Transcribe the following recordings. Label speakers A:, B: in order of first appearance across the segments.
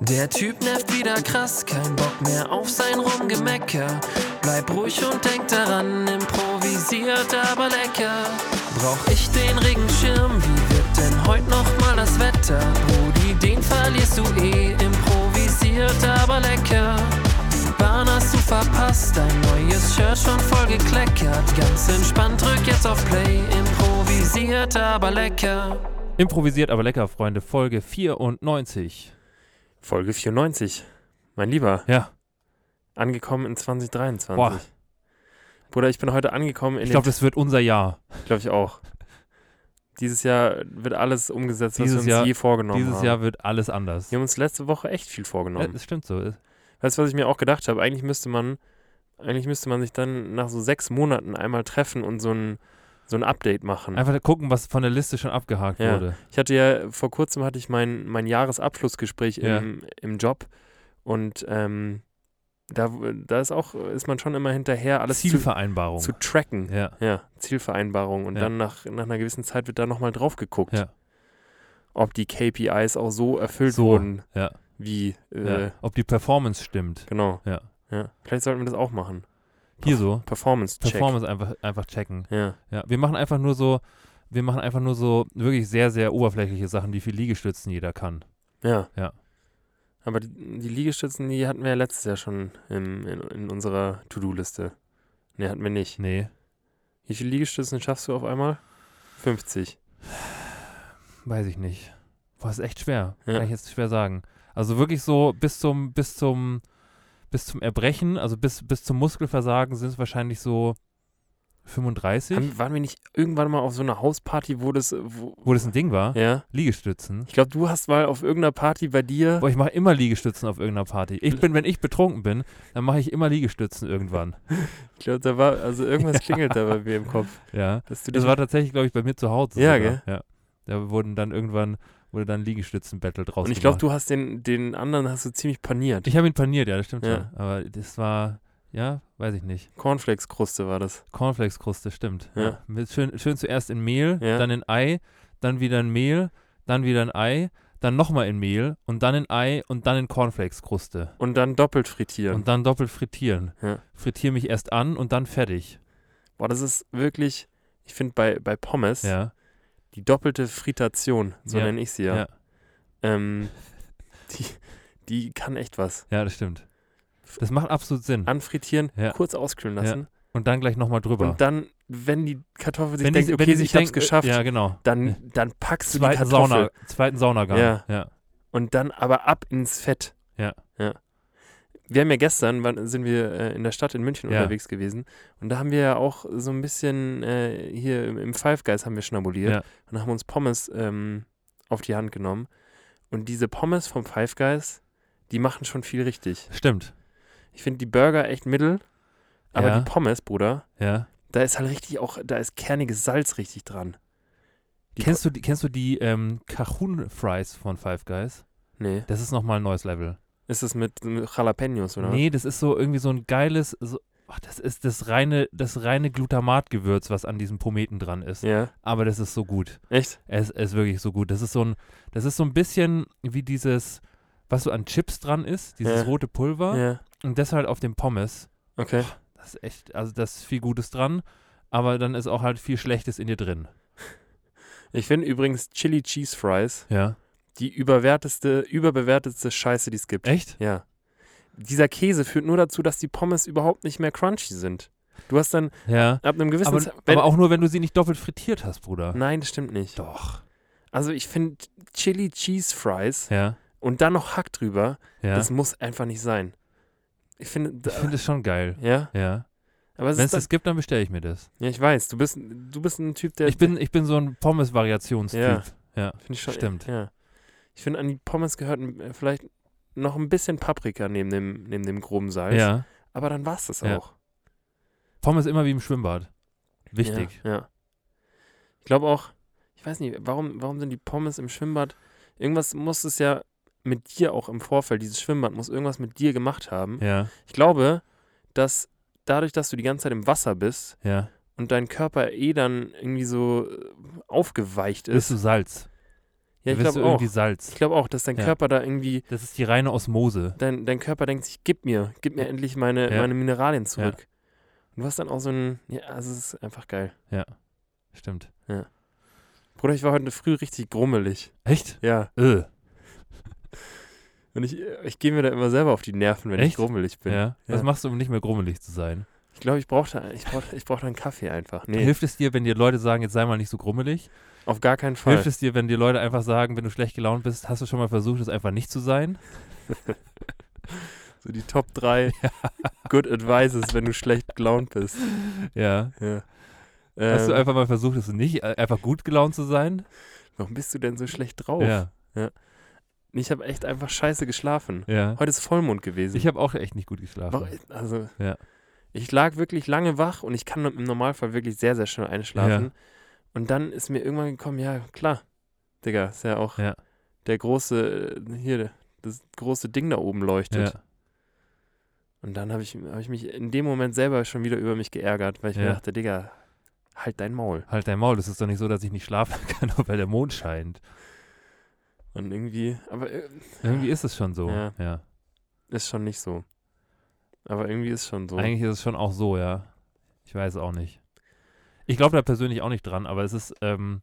A: Der Typ nervt wieder krass, kein Bock mehr auf sein Rumgemecker. Bleib ruhig und denk daran, improvisiert aber lecker. Brauch ich den Regenschirm, wie wird denn heute nochmal das Wetter? Brudi, den verlierst du eh, improvisiert aber lecker. Die Bahn hast du verpasst, dein neues Shirt schon voll gekleckert. Ganz entspannt, drück jetzt auf Play, improvisiert aber lecker.
B: Improvisiert aber lecker, Freunde. Folge 94.
C: Folge 94. Mein Lieber,
B: Ja,
C: angekommen in 2023.
B: Boah.
C: Bruder, ich bin heute angekommen in
B: ich glaube,
C: den-
B: das wird unser Jahr.
C: glaub ich auch. Dieses Jahr wird alles umgesetzt, was
B: Dieses
C: wir uns
B: Jahr-
C: je vorgenommen
B: Dieses
C: haben.
B: Jahr Äh, wird alles anders.
C: wir haben uns letzte Woche echt viel
B: Ja,
C: vorgenommen.
B: das stimmt so.
C: weißt du, was ich mir auch gedacht habe? Eigentlich müsste man, eigentlich müsste man sich dann nach so sechs Monaten einmal treffen und so ein, so ein Update machen.
B: Einfach gucken, was von der Liste schon abgehakt
C: Ja.
B: wurde.
C: Ich hatte ja, vor kurzem hatte ich mein, mein Jahresabschlussgespräch
B: Ja.
C: im, im Job und ähm, da, da ist auch, ist man schon immer hinterher, alles zu,
B: Zielvereinbarung.
C: zu tracken.
B: ja.
C: Ja, Zielvereinbarung. Und
B: Ja.
C: dann nach, nach einer gewissen Zeit wird da nochmal drauf geguckt,
B: Ja.
C: ob die KPIs auch so erfüllt
B: So,
C: wurden,
B: ja.
C: wie. Äh,
B: ja. Ob die Performance stimmt.
C: Genau.
B: Ja.
C: Ja. Vielleicht sollten wir das auch machen.
B: Hier so.
C: Performance-Check.
B: Performance einfach, einfach checken.
C: ja.
B: Ja, wir machen einfach nur so, wir machen einfach nur so wirklich sehr, sehr oberflächliche Sachen, wie viel Liegestützen jeder kann.
C: ja.
B: Ja.
C: Aber die, die Liegestützen, die hatten wir ja letztes Jahr schon im, in, in unserer To-Do-Liste. Ne, hatten wir nicht.
B: Nee.
C: Wie viele Liegestützen schaffst du auf einmal? 50.
B: Weiß ich nicht. Boah, ist echt schwer.
C: Ja.
B: Kann ich jetzt schwer sagen. Also wirklich so bis zum, bis zum, bis zum Erbrechen, also bis, bis zum Muskelversagen sind es wahrscheinlich so 35,
C: Haben, waren wir nicht irgendwann mal auf so einer Hausparty, wo das. Wo,
B: wo das ein Ding war.
C: ja.
B: Liegestützen.
C: Ich glaube, du hast mal auf irgendeiner Party bei dir.
B: Boah, ich mache immer Liegestützen auf irgendeiner Party. Ich bin, wenn ich betrunken bin, dann mache ich immer Liegestützen irgendwann.
C: Ich glaube, da war. Also irgendwas klingelt da bei mir im Kopf.
B: Ja.
C: Dass du
B: Das
C: dich-
B: war tatsächlich, glaube ich, bei mir zu Hause.
C: Ja,
B: sogar. Ja. Da wurden dann irgendwann, wurde dann Liegestützen-Battle draus.
C: und ich glaube,
B: gemacht.
C: du hast den, den anderen hast du ziemlich paniert.
B: Ich habe ihn paniert, ja, das stimmt
C: Ja.
B: schon. Aber das war, ja, weiß ich nicht.
C: Cornflakes-Kruste war das.
B: Cornflakes-Kruste, stimmt.
C: Ja.
B: Mit Schön, schön zuerst in Mehl,
C: Ja.
B: dann in Ei, dann wieder in Mehl, dann wieder in Ei, dann nochmal in Mehl und dann in Ei und dann in Cornflakes-Kruste.
C: Und dann doppelt frittieren.
B: Und dann doppelt frittieren.
C: Ja.
B: Frittier mich erst an und dann fertig.
C: Boah, das ist wirklich. Ich finde bei, bei Pommes
B: Ja.
C: die doppelte Fritation, so
B: Ja.
C: nenne ich sie ja.
B: Ja. ja,
C: Ähm, die, die kann echt was.
B: das stimmt. Das macht absolut Sinn.
C: Anfrittieren,
B: Ja.
C: kurz auskühlen lassen.
B: Und dann gleich nochmal drüber.
C: Und dann, wenn die Kartoffel sich
B: Wenn die-
C: denkt,
B: wenn
C: okay,
B: die sich
C: ich hab's
B: denken, äh,
C: geschafft,
B: Ja, genau. Ja.
C: dann, dann packst du die
B: zweiten,
C: Kartoffel
B: Sauna, zweiten Saunagang.
C: Ja.
B: ja.
C: und dann aber ab ins Fett.
B: Ja.
C: ja. Wir haben ja gestern, wann sind wir äh, in der Stadt in München
B: Ja.
C: unterwegs gewesen und da haben wir ja auch so ein bisschen äh, hier im, im Five Guys haben wir schnabuliert
B: Ja.
C: und haben uns Pommes ähm, auf die Hand genommen. Und diese Pommes vom Five Guys, die machen schon viel richtig.
B: Stimmt.
C: Ich finde die Burger echt mittel, aber
B: Ja.
C: die Pommes, Bruder,
B: Ja.
C: da ist halt richtig auch, da ist kerniges Salz richtig dran. Die
B: Kennst du, die- kennst du die ähm, Cajun-Fries von Five Guys?
C: Nee.
B: Das ist nochmal ein neues Level.
C: Ist das mit, mit Jalapenos, oder?
B: Nee, das ist so irgendwie so ein geiles, so, ach, das ist das reine, das reine Glutamatgewürz, was an diesem Pometen dran ist.
C: was? Ja.
B: Aber das ist so gut.
C: Echt?
B: Es es ist wirklich so gut. Das ist so ein, das ist so ein bisschen wie dieses, was so an Chips dran ist, dieses
C: Ja.
B: rote Pulver.
C: Ja.
B: Und das halt auf dem Pommes.
C: Okay.
B: Das ist echt, also das ist viel Gutes dran, aber dann ist auch halt viel Schlechtes in dir drin.
C: Ich finde übrigens Chili Cheese Fries
B: Ja.
C: die überwerteste, überbewertetste Scheiße, die es gibt.
B: Echt?
C: Ja. Dieser Käse führt nur dazu, dass die Pommes überhaupt nicht mehr crunchy sind. Du hast dann
B: Ja.
C: ab einem gewissen
B: Aber,
C: Ze- wenn- Hm.
B: aber auch nur, wenn du sie nicht doppelt frittiert hast, Bruder.
C: Nein, das stimmt nicht.
B: Doch.
C: Also ich finde Chili Cheese Fries
B: Ja.
C: und dann noch Hack drüber,
B: Ja.
C: das muss einfach nicht sein. Ich finde, da,
B: ich finde es schon geil.
C: ja,
B: Ja.
C: aber es
B: Wenn es
C: ist
B: das gibt, dann bestelle ich mir das.
C: dann, ja, ich weiß, du bist, du bist ein Typ, der,
B: Ich bin, ich bin so ein Pommes-Variationstyp.
C: Ja.
B: ja.
C: finde ich schon,
B: stimmt.
C: Ja. Ich finde, an die Pommes gehört äh, vielleicht noch ein bisschen Paprika neben dem, neben dem groben Salz,
B: Ja.
C: aber dann war es das
B: Ja.
C: auch.
B: Pommes immer wie im Schwimmbad. Wichtig.
C: Ja. ja. Ich glaube auch, ich weiß nicht, warum, warum sind die Pommes im Schwimmbad? Irgendwas muss es ja mit dir auch im Vorfeld, dieses Schwimmbad muss irgendwas mit dir gemacht haben.
B: Ja.
C: Ich glaube, dass dadurch, dass du die ganze Zeit im Wasser bist
B: Ja.
C: und dein Körper eh dann irgendwie so äh, aufgeweicht
B: Bist
C: ist,
B: du Salz?
C: Ja, ich
B: da wirst du
C: glaube auch.
B: irgendwie
C: Ich
B: Salz.
C: glaube auch, dass dein
B: Ja.
C: Körper da irgendwie,
B: Das ist die reine Osmose.
C: dein, dein Körper denkt sich, gib mir, gib mir endlich meine,
B: Ja.
C: meine Mineralien zurück. Und du hast dann auch so ein, ja, also es ist einfach geil.
B: Stimmt.
C: Bruder, ich war heute früh richtig grummelig.
B: Echt?
C: Ja.
B: Äh.
C: Und ich, ich gehe mir da immer selber auf die Nerven, wenn ich
B: Echt?
C: grummelig bin.
B: Ja. Was
C: Ja.
B: machst du, um nicht mehr grummelig zu sein?
C: Ich glaube, ich brauchte, ich brauchte, ich brauchte einen Kaffee einfach. Nee,
B: Hilft es dir, wenn dir Leute sagen, jetzt sei mal nicht so grummelig?
C: auf gar keinen Fall.
B: Hilft es dir, wenn dir Leute einfach sagen, wenn du schlecht gelaunt bist, hast du schon mal versucht, es einfach nicht zu sein?
C: So die Top 3 Good Advices, wenn du schlecht gelaunt bist.
B: Ja.
C: Ja.
B: Hast du
C: Ähm,
B: einfach mal versucht, es nicht, äh, einfach gut gelaunt zu sein?
C: warum bist du denn so schlecht drauf?
B: Ja,
C: Ich habe echt einfach scheiße geschlafen.
B: ja.
C: Heute ist Vollmond gewesen.
B: Ich habe auch echt nicht gut
C: Wa-
B: geschlafen.
C: also,
B: Ja.
C: ich lag wirklich lange wach und ich kann im Normalfall wirklich sehr, sehr schnell einschlafen.
B: Ja.
C: Und dann ist mir irgendwann gekommen, ja, klar, Digga, ist ja auch
B: Ja.
C: der große, äh, hier, das große Ding da oben leuchtet.
B: Ja.
C: Und dann habe ich, hab ich mich in dem Moment selber schon wieder über mich geärgert, weil ich mir
B: Ja.
C: dachte, Digga, halt dein Maul.
B: Halt dein Maul, es ist doch nicht so, dass ich nicht schlafen kann, nur weil der Mond scheint.
C: Und irgendwie, aber äh,
B: Irgendwie ist es schon so.
C: Ja.
B: Ja.
C: ist schon nicht so. Aber irgendwie ist schon so.
B: Eigentlich ist es schon auch so, ja. Ich weiß auch nicht. Ich glaube da persönlich auch nicht dran, aber es ist, ähm,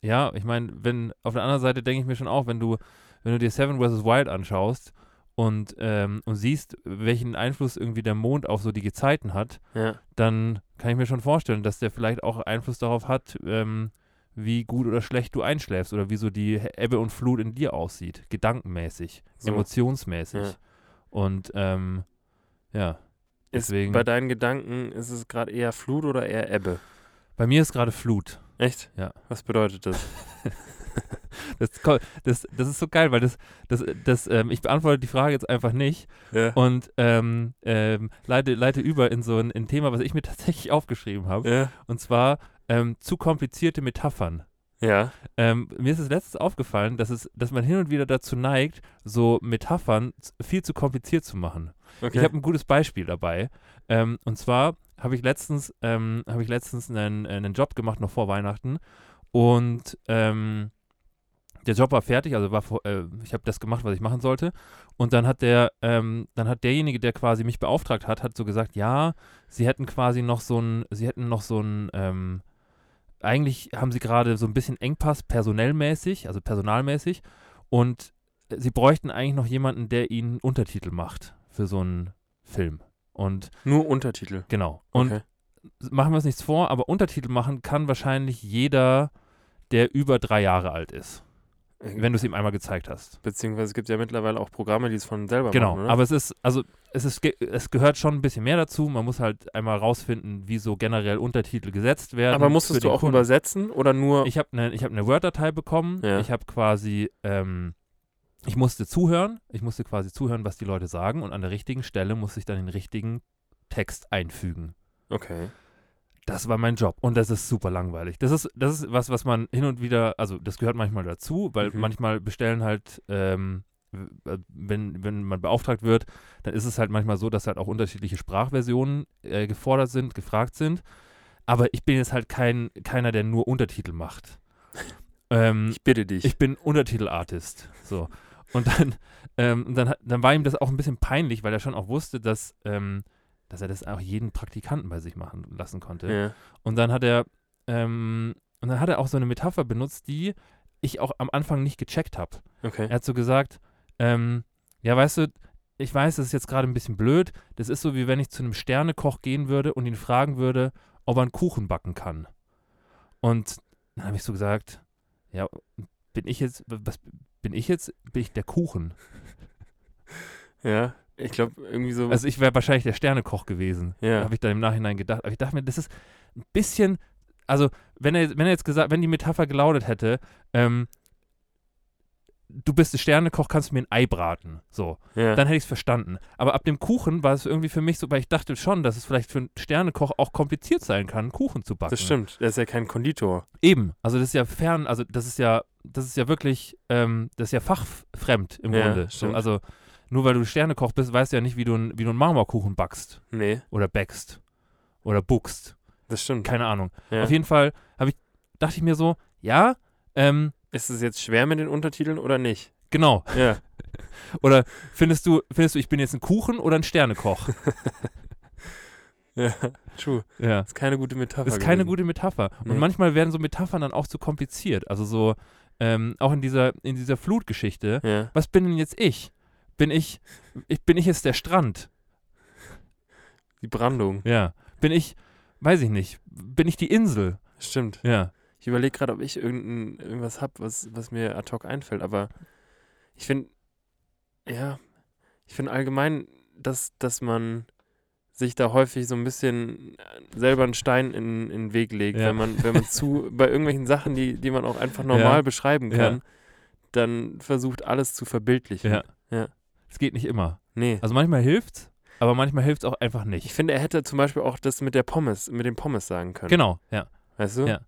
B: ja, ich meine, wenn, auf der anderen Seite denke ich mir schon auch, wenn du, wenn du dir Seven vs. Wild anschaust und, ähm, und siehst, welchen Einfluss irgendwie der Mond auf so die Gezeiten hat,
C: ja,
B: dann kann ich mir schon vorstellen, dass der vielleicht auch Einfluss darauf hat, ähm, wie gut oder schlecht du einschläfst oder wie so die Ebbe und Flut in dir aussieht, gedankenmäßig,
C: So.
B: emotionsmäßig.
C: Ja.
B: Und ähm, ja,
C: ist,
B: deswegen-
C: bei deinen Gedanken ist es gerade eher Flut oder eher Ebbe?
B: bei mir ist gerade Flut.
C: Echt?
B: Ja.
C: Was bedeutet das?
B: Das, ko- das, das ist so geil, weil das, das, das ähm, ich beantworte die Frage jetzt einfach nicht
C: ja.
B: und ähm, ähm, leite, leite über in so ein, in ein Thema, was ich mir tatsächlich aufgeschrieben habe.
C: Ja.
B: Und zwar ähm, zu komplizierte Metaphern.
C: Ja.
B: Ähm, mir ist es letztens aufgefallen, dass, es, dass man hin und wieder dazu neigt, so Metaphern z- viel zu kompliziert zu machen.
C: Okay.
B: Ich habe ein gutes Beispiel dabei. Ähm, und zwar habe ich letztens, ähm, habe ich letztens einen, einen Job gemacht, noch vor Weihnachten. Und ähm, der Job war fertig, also war vor, äh, ich habe das gemacht, was ich machen sollte. Und dann hat der, ähm, dann hat derjenige, der quasi mich beauftragt hat, hat so gesagt, ja, sie hätten quasi noch so ein, sie hätten noch so ein, ähm, eigentlich haben sie gerade so ein bisschen Engpass personellmäßig, also personalmäßig. Und sie bräuchten eigentlich noch jemanden, der ihnen Untertitel macht für so einen Film. Und
C: Nur Untertitel.
B: genau. Und
C: okay.
B: machen wir uns nichts vor, aber Untertitel machen kann wahrscheinlich jeder, der über drei Jahre alt ist, wenn du es ihm einmal gezeigt hast.
C: Äh, Beziehungsweise es gibt ja mittlerweile auch Programme, die es von selber
B: Genau,
C: machen. oder?
B: aber es ist, also es ist, ge- es gehört schon ein bisschen mehr dazu. Man muss halt einmal rausfinden, wie so generell Untertitel gesetzt werden.
C: aber
B: für
C: musstest du
B: den
C: auch
B: Kunden.
C: übersetzen oder nur?
B: Ich habe eine hab ne Word-Datei bekommen.
C: Ja.
B: Ich habe quasi, ähm, ich musste zuhören. Ich musste quasi zuhören, was die Leute sagen. Und an der richtigen Stelle musste ich dann den richtigen Text einfügen.
C: okay.
B: Das war mein Job. Und das ist super langweilig. Das ist, das ist was, was man hin und wieder, also das gehört manchmal dazu, weil
C: Mhm.
B: manchmal bestellen halt, ähm, w- äh, wenn, wenn man beauftragt wird, dann ist es halt manchmal so, dass halt auch unterschiedliche Sprachversionen äh, gefordert sind, gefragt sind. Aber ich bin jetzt halt kein, keiner, der nur Untertitel macht. ähm,
C: Ich bitte dich.
B: ich bin Untertitelartist. So. Und dann, ähm, und dann, hat- dann war ihm das auch ein bisschen peinlich, weil er schon auch wusste, dass, ähm, dass er das auch jeden Praktikanten bei sich machen lassen konnte.
C: ja.
B: Und dann hat er, ähm, und dann hat er auch so eine Metapher benutzt, die ich auch am Anfang nicht gecheckt habe.
C: Okay.
B: Er hat so gesagt, ähm, ja, weißt du, ich weiß, das ist jetzt gerade ein bisschen blöd. Das ist so, wie wenn ich zu einem Sternekoch gehen würde und ihn fragen würde, ob er einen Kuchen backen kann. Und dann habe ich so gesagt, ja, bin ich jetzt, was bin ich jetzt? Bin ich der Kuchen?
C: Ja. Ich glaube irgendwie so.
B: Also ich wäre wahrscheinlich der Sternekoch gewesen.
C: ja.
B: Habe ich dann im Nachhinein gedacht. Aber ich dachte mir, das ist ein bisschen, also wenn er, wenn er jetzt gesagt, wenn die Metapher gelautet hätte, ähm, du bist der Sternekoch, kannst du mir ein Ei braten. So.
C: ja.
B: dann hätte ich es verstanden. Aber ab dem Kuchen war es irgendwie für mich so, weil ich dachte schon, dass es vielleicht für einen Sternekoch auch kompliziert sein kann, einen Kuchen zu backen.
C: das stimmt. Er ist ja kein Konditor.
B: Eben. Also das ist ja fern, also das ist ja, das ist ja wirklich, ähm, das ist ja fachfremd im
C: Ja,
B: Grunde. So,
C: stimmt.
B: also nur weil du Sternekoch bist, weißt du ja nicht, wie du, ein, wie du einen Marmorkuchen backst
C: Nee,
B: oder backst oder buckst.
C: das stimmt.
B: Keine Ahnung.
C: ja.
B: Auf jeden Fall habe ich, dachte ich mir so, ja, ähm,
C: Ist es jetzt schwer mit den Untertiteln oder nicht?
B: Genau.
C: Ja.
B: Oder findest du, findest du, ich bin jetzt ein Kuchen oder ein Sternekoch?
C: ja. True.
B: ja.
C: Ist keine gute Metapher.
B: Das ist keine
C: gewesen.
B: gute Metapher. Und
C: Nee.
B: manchmal werden so Metaphern dann auch zu kompliziert. Also so, ähm, auch in dieser, in dieser Flutgeschichte.
C: Ja.
B: Was bin denn jetzt ich? Bin ich, ich, bin ich jetzt der Strand?
C: Die Brandung.
B: Ja. Bin ich, weiß ich nicht, bin ich die Insel?
C: Stimmt.
B: Ja.
C: Ich überlege gerade, ob ich irgendein, irgendwas habe, was, was mir ad hoc einfällt. Aber ich finde, ja, ich finde allgemein, dass, dass man sich da häufig so ein bisschen äh, selber einen Stein in, in den Weg legt,
B: Ja.
C: wenn man, wenn man zu, bei irgendwelchen Sachen, die, die man auch einfach normal
B: Ja.
C: beschreiben
B: Ja.
C: kann, dann versucht alles zu verbildlichen.
B: Ja.
C: Ja.
B: Es geht nicht immer.
C: Nee.
B: Also manchmal hilft's, aber manchmal hilft's auch einfach
C: Ich
B: nicht.
C: finde, er hätte zum Beispiel auch das mit der Pommes, mit dem Pommes sagen können.
B: Genau, ja.
C: Weißt du?
B: Ja.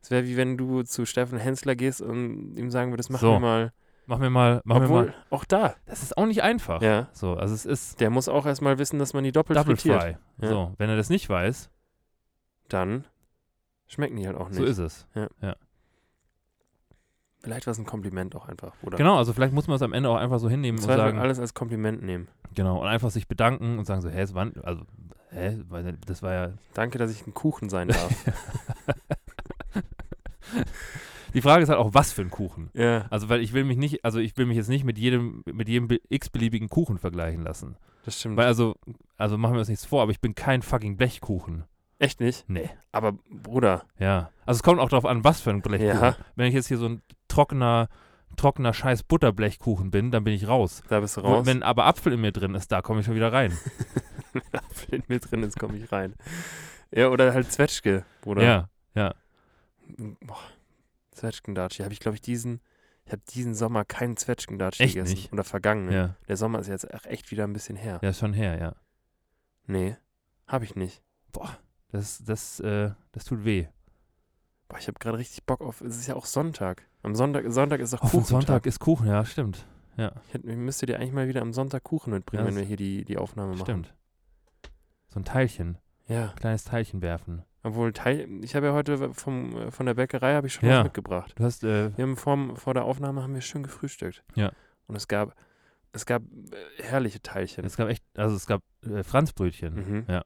C: Es wäre wie wenn du zu Steffen Hensler gehst und ihm sagen würdest, mach
B: So.
C: mir mal.
B: Machen wir mal, machen wir
C: Obwohl,
B: mal.
C: auch da.
B: Das ist auch nicht einfach.
C: Ja.
B: So, also es ist
C: Der muss auch erstmal wissen, dass man die doppelt
B: Double
C: frittiert.
B: Fry.
C: Ja.
B: So, wenn er das nicht weiß,
C: Dann schmecken die halt auch nicht.
B: so ist es.
C: Vielleicht war es ein Kompliment auch einfach, oder?
B: Genau, also vielleicht muss man es am Ende auch einfach so
C: Im
B: hinnehmen und
C: Zweifel
B: sagen,
C: alles als Kompliment nehmen.
B: Genau, und einfach sich bedanken und sagen so, hä, es war, also, hä, weil das war ja.
C: Danke, dass ich ein Kuchen sein darf.
B: Die Frage ist halt auch, was für ein Kuchen.
C: ja,
B: Also, weil ich will mich nicht, also ich will mich jetzt nicht mit jedem, mit jedem be- x-beliebigen Kuchen vergleichen lassen.
C: das stimmt.
B: Weil also, also machen wir uns nichts vor, aber ich bin kein fucking Blechkuchen.
C: Echt nicht?
B: Nee.
C: Aber Bruder,
B: Ja. Also es kommt auch darauf an, was für ein Blechkuchen.
C: Ja.
B: Wenn ich jetzt hier so ein trockener, trockener scheiß Butterblechkuchen bin, dann bin ich raus.
C: da bist du raus.
B: Wenn aber Apfel in mir drin ist, da komme ich schon wieder rein.
C: Apfel in mir drin ist, komme ich rein. Ja, oder halt Zwetschge, Bruder.
B: Ja.
C: Boah, Zwetschgendatschi. Habe ich, glaube ich, diesen, ich habe diesen Sommer keinen Zwetschgendatschi
B: Echt
C: gegessen.
B: nicht?
C: Oder vergangenen.
B: Ja.
C: Der Sommer ist jetzt auch echt wieder ein bisschen her.
B: Ja, ist schon her, ja.
C: Nee, habe ich nicht.
B: Das, das, äh, das tut weh.
C: Boah, ich habe gerade richtig Bock auf, es ist ja auch Sonntag. Am Sonntag, Sonntag ist doch
B: Auf dem
C: Kuchentag.
B: Sonntag ist Kuchen, ja, stimmt.
C: Ich, hätte, ich müsste dir eigentlich mal wieder am Sonntag Kuchen mitbringen,
B: Ja,
C: wenn
B: das-
C: wir hier die, die Aufnahme machen.
B: Stimmt. So ein Teilchen,
C: Ja,
B: kleines Teilchen werfen.
C: obwohl Teil, ich habe ja heute vom, äh, von der Bäckerei habe ich schon
B: Ja.
C: was mitgebracht.
B: Du hast, äh,
C: Wir haben vor, vor der Aufnahme haben wir schön gefrühstückt.
B: Ja.
C: Und es gab, es gab äh, herrliche Teilchen.
B: es gab echt, also es gab äh, Franzbrötchen.
C: Mhm.
B: Ja.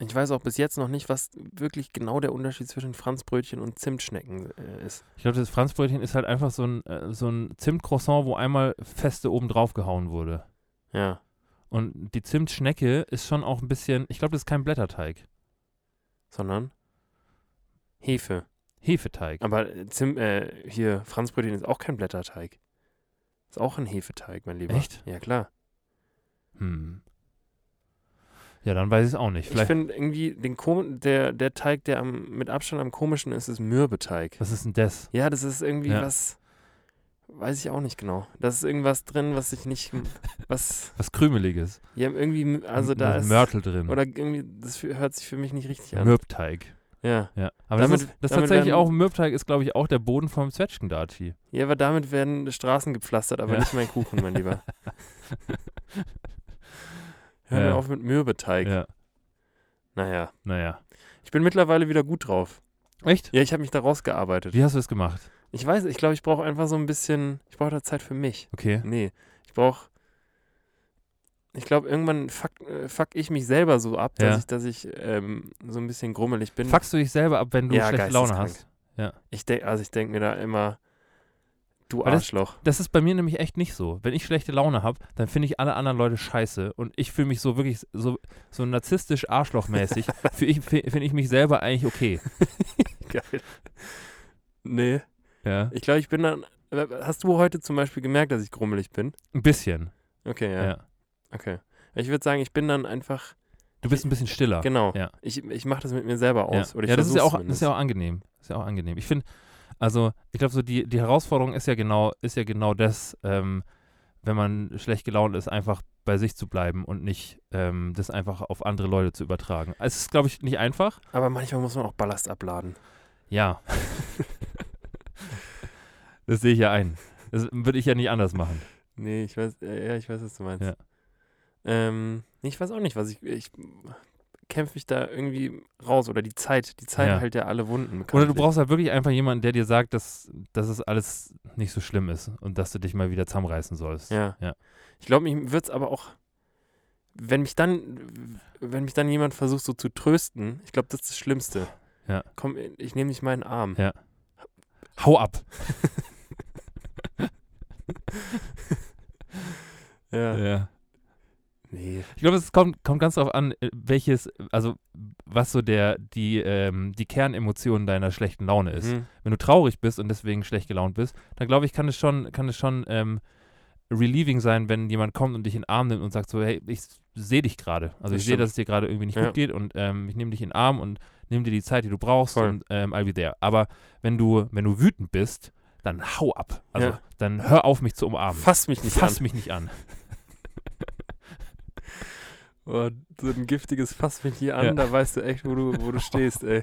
C: Ich weiß auch bis jetzt noch nicht, was wirklich genau der Unterschied zwischen Franzbrötchen und Zimtschnecken äh, ist.
B: Ich glaube, das Franzbrötchen ist halt einfach so ein, äh, so ein Zimtcroissant, wo einmal feste oben drauf gehauen wurde.
C: Ja.
B: Und die Zimtschnecke ist schon auch ein bisschen, ich glaube, das ist kein Blätterteig.
C: Sondern Hefe.
B: Hefeteig.
C: Aber äh, Zim, äh, hier, Franzbrötchen ist auch kein Blätterteig. Ist auch ein Hefeteig, mein Lieber.
B: Echt?
C: Ja, klar.
B: Hm. Ja, dann weiß ich es auch nicht.
C: Ich
B: Vielleicht,
C: finde irgendwie, den Ko der, der Teig, der am, mit Abstand am komischen ist, ist Mürbeteig.
B: was ist denn das?
C: Ja, das ist irgendwie
B: Ja.
C: was, weiß ich auch nicht genau. Da ist irgendwas drin, was ich nicht, was,
B: Was Krümeliges.
C: ja, irgendwie, also
B: Mit-
C: da
B: mit
C: ist,
B: Mörtel drin.
C: oder irgendwie, das fü- hört sich für mich nicht richtig an.
B: Mürbteig.
C: Ja.
B: Ja. Aber
C: Damit-
B: das ist, das ist
C: damit
B: tatsächlich
C: werden-
B: auch, Mürbteig ist, glaube ich, auch der Boden vom Zwetschgendatschi.
C: Ja, aber damit werden Straßen gepflastert, aber
B: Ja.
C: nicht mein Kuchen, mein Lieber. Hör
B: Ja.
C: mir auf mit Mürbeteig.
B: Ja,
C: Naja,
B: naja.
C: ich bin mittlerweile wieder gut drauf.
B: Echt?
C: Ja, ich habe mich da rausgearbeitet.
B: Wie hast du das gemacht?
C: Ich weiß, ich glaube, ich brauche einfach so ein bisschen, ich brauche da Zeit für mich.
B: Okay.
C: Nee, ich brauche, ich glaube, irgendwann fuck, äh, fuck ich mich selber so ab, dass
B: Ja.
C: ich, dass ich ähm, so ein bisschen grummelig bin.
B: Fuckst du dich selber ab, wenn du
C: Ja,
B: schlechte Laune
C: geisteskrank.
B: hast?
C: Ich denk, also ich denke mir da immer, du
B: Aber das-
C: Arschloch.
B: Das ist bei mir nämlich echt nicht so. Wenn ich schlechte Laune habe, dann finde ich alle anderen Leute scheiße und ich fühle mich so wirklich so, so narzisstisch arschlochmäßig, für ich, finde ich mich selber eigentlich okay.
C: Geil. Nee.
B: Ja.
C: Ich glaube, ich bin dann. äh, Hast du heute zum Beispiel gemerkt, dass ich grummelig bin?
B: Ein bisschen.
C: Okay,
B: Ja.
C: ja. Okay. Ich würde sagen, ich bin dann einfach.
B: Du bist ein bisschen stiller.
C: Genau.
B: Ja.
C: Ich, ich mache das mit mir selber aus.
B: ja.
C: Oder ich
B: ja, das ist ja,
C: versuch's
B: auch, das ist ja auch angenehm. Das ist ja auch angenehm. Ich finde, also, ich glaube, so die, die Herausforderung ist ja genau, ist ja genau das, ähm, wenn man schlecht gelaunt ist, einfach bei sich zu bleiben und nicht ähm, das einfach auf andere Leute zu übertragen. Es ist, glaube ich, nicht einfach.
C: zumindest. Aber manchmal muss man auch Ballast abladen.
B: Ja. das sehe ich ja ein. Das würde ich ja nicht anders machen.
C: Nee, ich weiß, äh, ja, ich weiß, was du meinst.
B: Ja.
C: Ähm, nee, ich weiß auch nicht, was ich. Ich kämpfe mich da irgendwie raus. Oder die Zeit. Die Zeit
B: Ja.
C: hält ja alle Wunden.
B: Oder du
C: bekanntlich.
B: brauchst halt wirklich einfach jemanden, der dir sagt, dass, dass es alles nicht so schlimm ist und dass du dich mal wieder zusammenreißen sollst.
C: Ja.
B: Ja.
C: Ich glaube, mir wird es aber auch, wenn mich dann, wenn mich dann jemand versucht, so zu trösten, ich glaube, das ist das Schlimmste.
B: Ja.
C: Komm, ich nehme dich mal in den Arm.
B: Ja. Hau ab.
C: Ja.
B: Ja.
C: Nee.
B: Ich glaube, es kommt, kommt ganz darauf an, äh, welches, also was so der, die, ähm, die Kernemotion deiner schlechten Laune ist.
C: Mhm.
B: Wenn du traurig bist und deswegen schlecht gelaunt bist, dann glaube ich, kann es schon, kann es schon ähm, relieving sein, wenn jemand kommt und dich in den Arm nimmt und sagt so, hey, ich sehe dich gerade. Also
C: Das
B: ich sehe,
C: stimmt.
B: dass es dir gerade irgendwie nicht
C: Ja.
B: gut geht und ähm, ich nehme dich in den Arm und nehme dir die Zeit, die du brauchst
C: Voll.
B: und ähm, all wie der. Aber wenn du, wenn du wütend bist, dann hau ab. Also
C: Ja.
B: dann hör auf, mich zu umarmen.
C: Fass mich nicht
B: Fass
C: an.
B: mich nicht an.
C: Oh, so ein giftiges Fass mich hier an,
B: Ja.
C: da weißt du echt, wo du, wo du stehst, ey.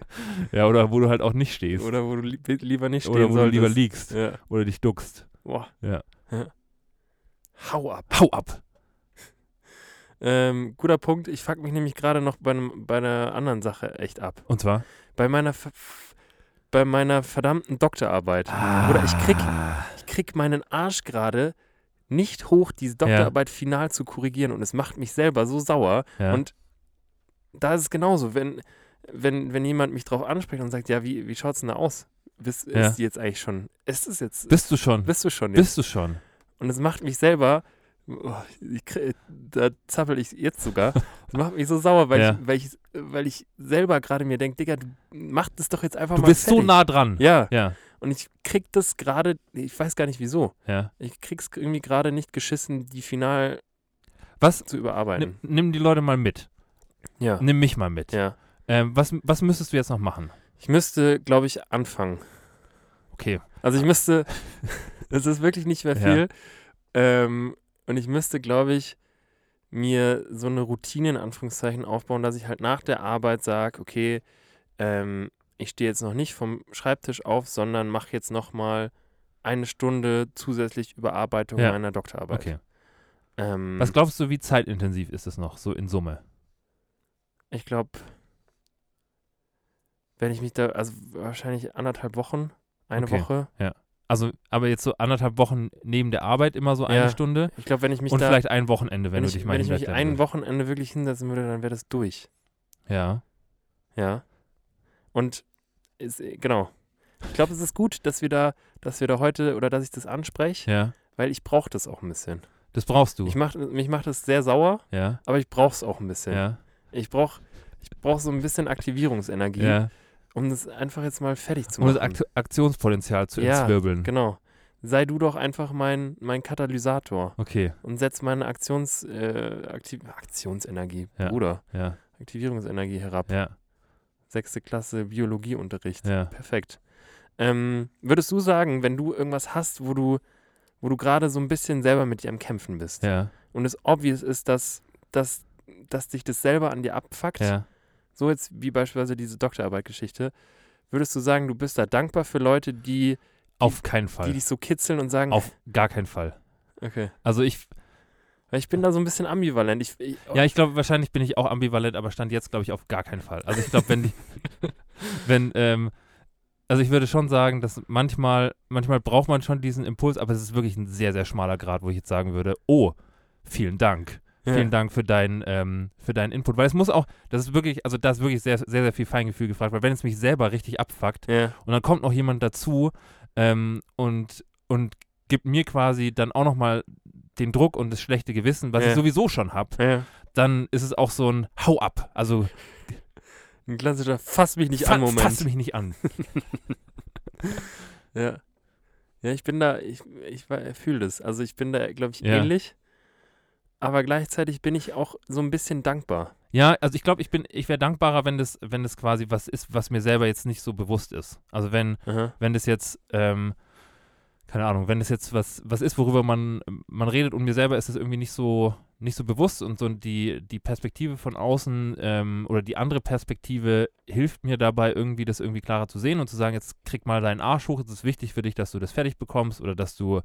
B: Ja, oder wo du halt auch nicht stehst.
C: Oder wo du li lieber nicht stehen
B: Oder wo du
C: solltest.
B: lieber liegst
C: Ja.
B: oder dich duckst.
C: Boah.
B: Ja.
C: Ja. Hau ab.
B: Hau ab.
C: Ähm, guter Punkt. Ich fuck mich nämlich gerade noch bei, einem, bei einer anderen Sache echt ab.
B: Und zwar?
C: bei meiner ver- f- bei meiner verdammten Doktorarbeit.
B: Ah.
C: Oder ich krieg, ich krieg meinen Arsch gerade nicht hoch, diese Doktorarbeit final zu korrigieren und es macht mich selber so sauer.
B: Ja.
C: Und da ist es genauso, wenn, wenn, wenn jemand mich drauf anspricht und sagt, ja, wie, wie schaut's denn da aus? Bist,
B: Ja.
C: Ist die jetzt eigentlich schon, ist es jetzt,
B: bist du schon?
C: bist du schon jetzt?
B: Bist du schon?
C: Und es macht mich selber, oh, ich, krieg- da zappel ich jetzt sogar, es macht mich so sauer, weil,
B: Ja.
C: ich, weil, ich, weil ich selber gerade mir denke, Digga, du mach das doch jetzt einfach
B: Du
C: mal
B: bist so
C: fertig.
B: nah dran.
C: Ja,
B: Ja.
C: und ich krieg das gerade, ich weiß gar nicht wieso,
B: ja.
C: ich krieg's irgendwie gerade nicht geschissen, die final
B: Was? Ne.
C: zu
B: Nimm,
C: überarbeiten.
B: nimm die Leute mal mit.
C: Ja,
B: Nimm mich mal mit.
C: ja.
B: Ähm, was, was müsstest du jetzt noch machen?
C: Ich müsste, glaube ich, anfangen.
B: Okay.
C: Also ich müsste, es ist wirklich nicht mehr
B: Ja.
C: viel. Ähm, und ich müsste, glaube ich, mir so eine Routine in Anführungszeichen aufbauen, dass ich halt nach der Arbeit sage, okay, ähm, ich stehe jetzt noch nicht vom Schreibtisch auf, sondern mache jetzt nochmal eine Stunde zusätzlich Überarbeitung
B: Ja.
C: meiner Doktorarbeit.
B: Okay.
C: Ähm,
B: Was glaubst du, wie zeitintensiv ist es noch, so in Summe?
C: Ich glaube, wenn ich mich da, also wahrscheinlich anderthalb Wochen, eine
B: Okay.
C: Woche.
B: Also, aber jetzt so anderthalb Wochen neben der Arbeit immer so
C: Ja.
B: eine Stunde
C: Ich glaube, wenn ich mich
B: und
C: da,
B: vielleicht ein Wochenende, wenn,
C: wenn
B: du
C: ich,
B: dich mal
C: wenn ich mich
B: hinsetzen
C: ein
B: würdest.
C: Wochenende wirklich hinsetzen würde, dann wäre das durch.
B: Ja.
C: Ja. Und ist, genau. Ich glaube, es ist gut, dass wir da, dass wir da heute oder dass ich das anspreche,
B: Ja.
C: weil ich brauche das auch ein bisschen.
B: Das brauchst du.
C: Ich mach, mich macht das sehr sauer,
B: Ja.
C: aber ich brauche es auch ein bisschen.
B: Ja.
C: Ich brauche ich brauch so ein bisschen Aktivierungsenergie,
B: Ja.
C: um das einfach jetzt mal fertig zu
B: Um
C: machen.
B: das Akt Aktionspotenzial zu
C: Ja,
B: entzwirbeln.
C: Genau. Sei du doch einfach mein, mein Katalysator
B: Okay,
C: und setz meine Aktions, äh, Aktiv Aktionsenergie,
B: Ja.
C: Bruder,
B: ja,
C: Aktivierungsenergie herab.
B: ja,
C: Sechste Klasse Biologieunterricht.
B: ja.
C: Perfekt. Ähm, würdest du sagen, wenn du irgendwas hast, wo du, wo du gerade so ein bisschen selber mit dir am Kämpfen bist
B: Ja,
C: und es obvious ist, dass, dass, dass dich das selber an dir abfuckt,
B: ja.
C: so jetzt wie beispielsweise diese Doktorarbeit-Geschichte, würdest du sagen, du bist da dankbar für Leute, die,
B: Auf keinen
C: die
B: Fall.
C: dich so kitzeln und sagen,
B: Auf gar keinen Fall.
C: okay.
B: Also ich,
C: Weil ich bin da so ein bisschen ambivalent. Ich, ich,
B: ja, ich glaube, wahrscheinlich bin ich auch ambivalent, aber stand jetzt, glaube ich, auf gar keinen Fall. Also ich glaube, wenn die, wenn, ähm, also ich würde schon sagen, dass manchmal, manchmal braucht man schon diesen Impuls, aber es ist wirklich ein sehr, sehr schmaler Grad, wo ich jetzt sagen würde, oh, vielen Dank.
C: ja.
B: Vielen Dank für deinen, ähm, für deinen Input. Weil es muss auch, das ist wirklich, also da ist wirklich sehr, sehr, sehr viel Feingefühl gefragt, weil wenn es mich selber richtig abfuckt,
C: Ja,
B: Und dann kommt noch jemand dazu ähm, und, und gibt mir quasi dann auch nochmal den Druck und das schlechte Gewissen, was
C: Ja.
B: ich sowieso schon habe,
C: ja.
B: dann ist es auch so ein Hau ab. Also
C: Ein klassischer Fass mich nicht
B: fa-
C: an Moment.
B: fass mich nicht an.
C: Ja. ja, ich bin da, ich, ich fühle das. Also ich bin da, glaube ich,
B: Ja.
C: ähnlich. Aber gleichzeitig bin ich auch so ein bisschen dankbar.
B: Ja, also ich glaube, ich bin, ich wäre dankbarer, wenn das, wenn das quasi was ist, was mir selber jetzt nicht so bewusst ist. Also wenn,
C: Aha.
B: wenn das jetzt, ähm, keine Ahnung, wenn das jetzt was, was ist, worüber man, man redet und mir selber ist das irgendwie nicht so, nicht so bewusst und so die, die Perspektive von außen ähm, oder die andere Perspektive hilft mir dabei, irgendwie das irgendwie klarer zu sehen und zu sagen, jetzt krieg mal deinen Arsch hoch, es ist wichtig für dich, dass du das fertig bekommst oder dass du,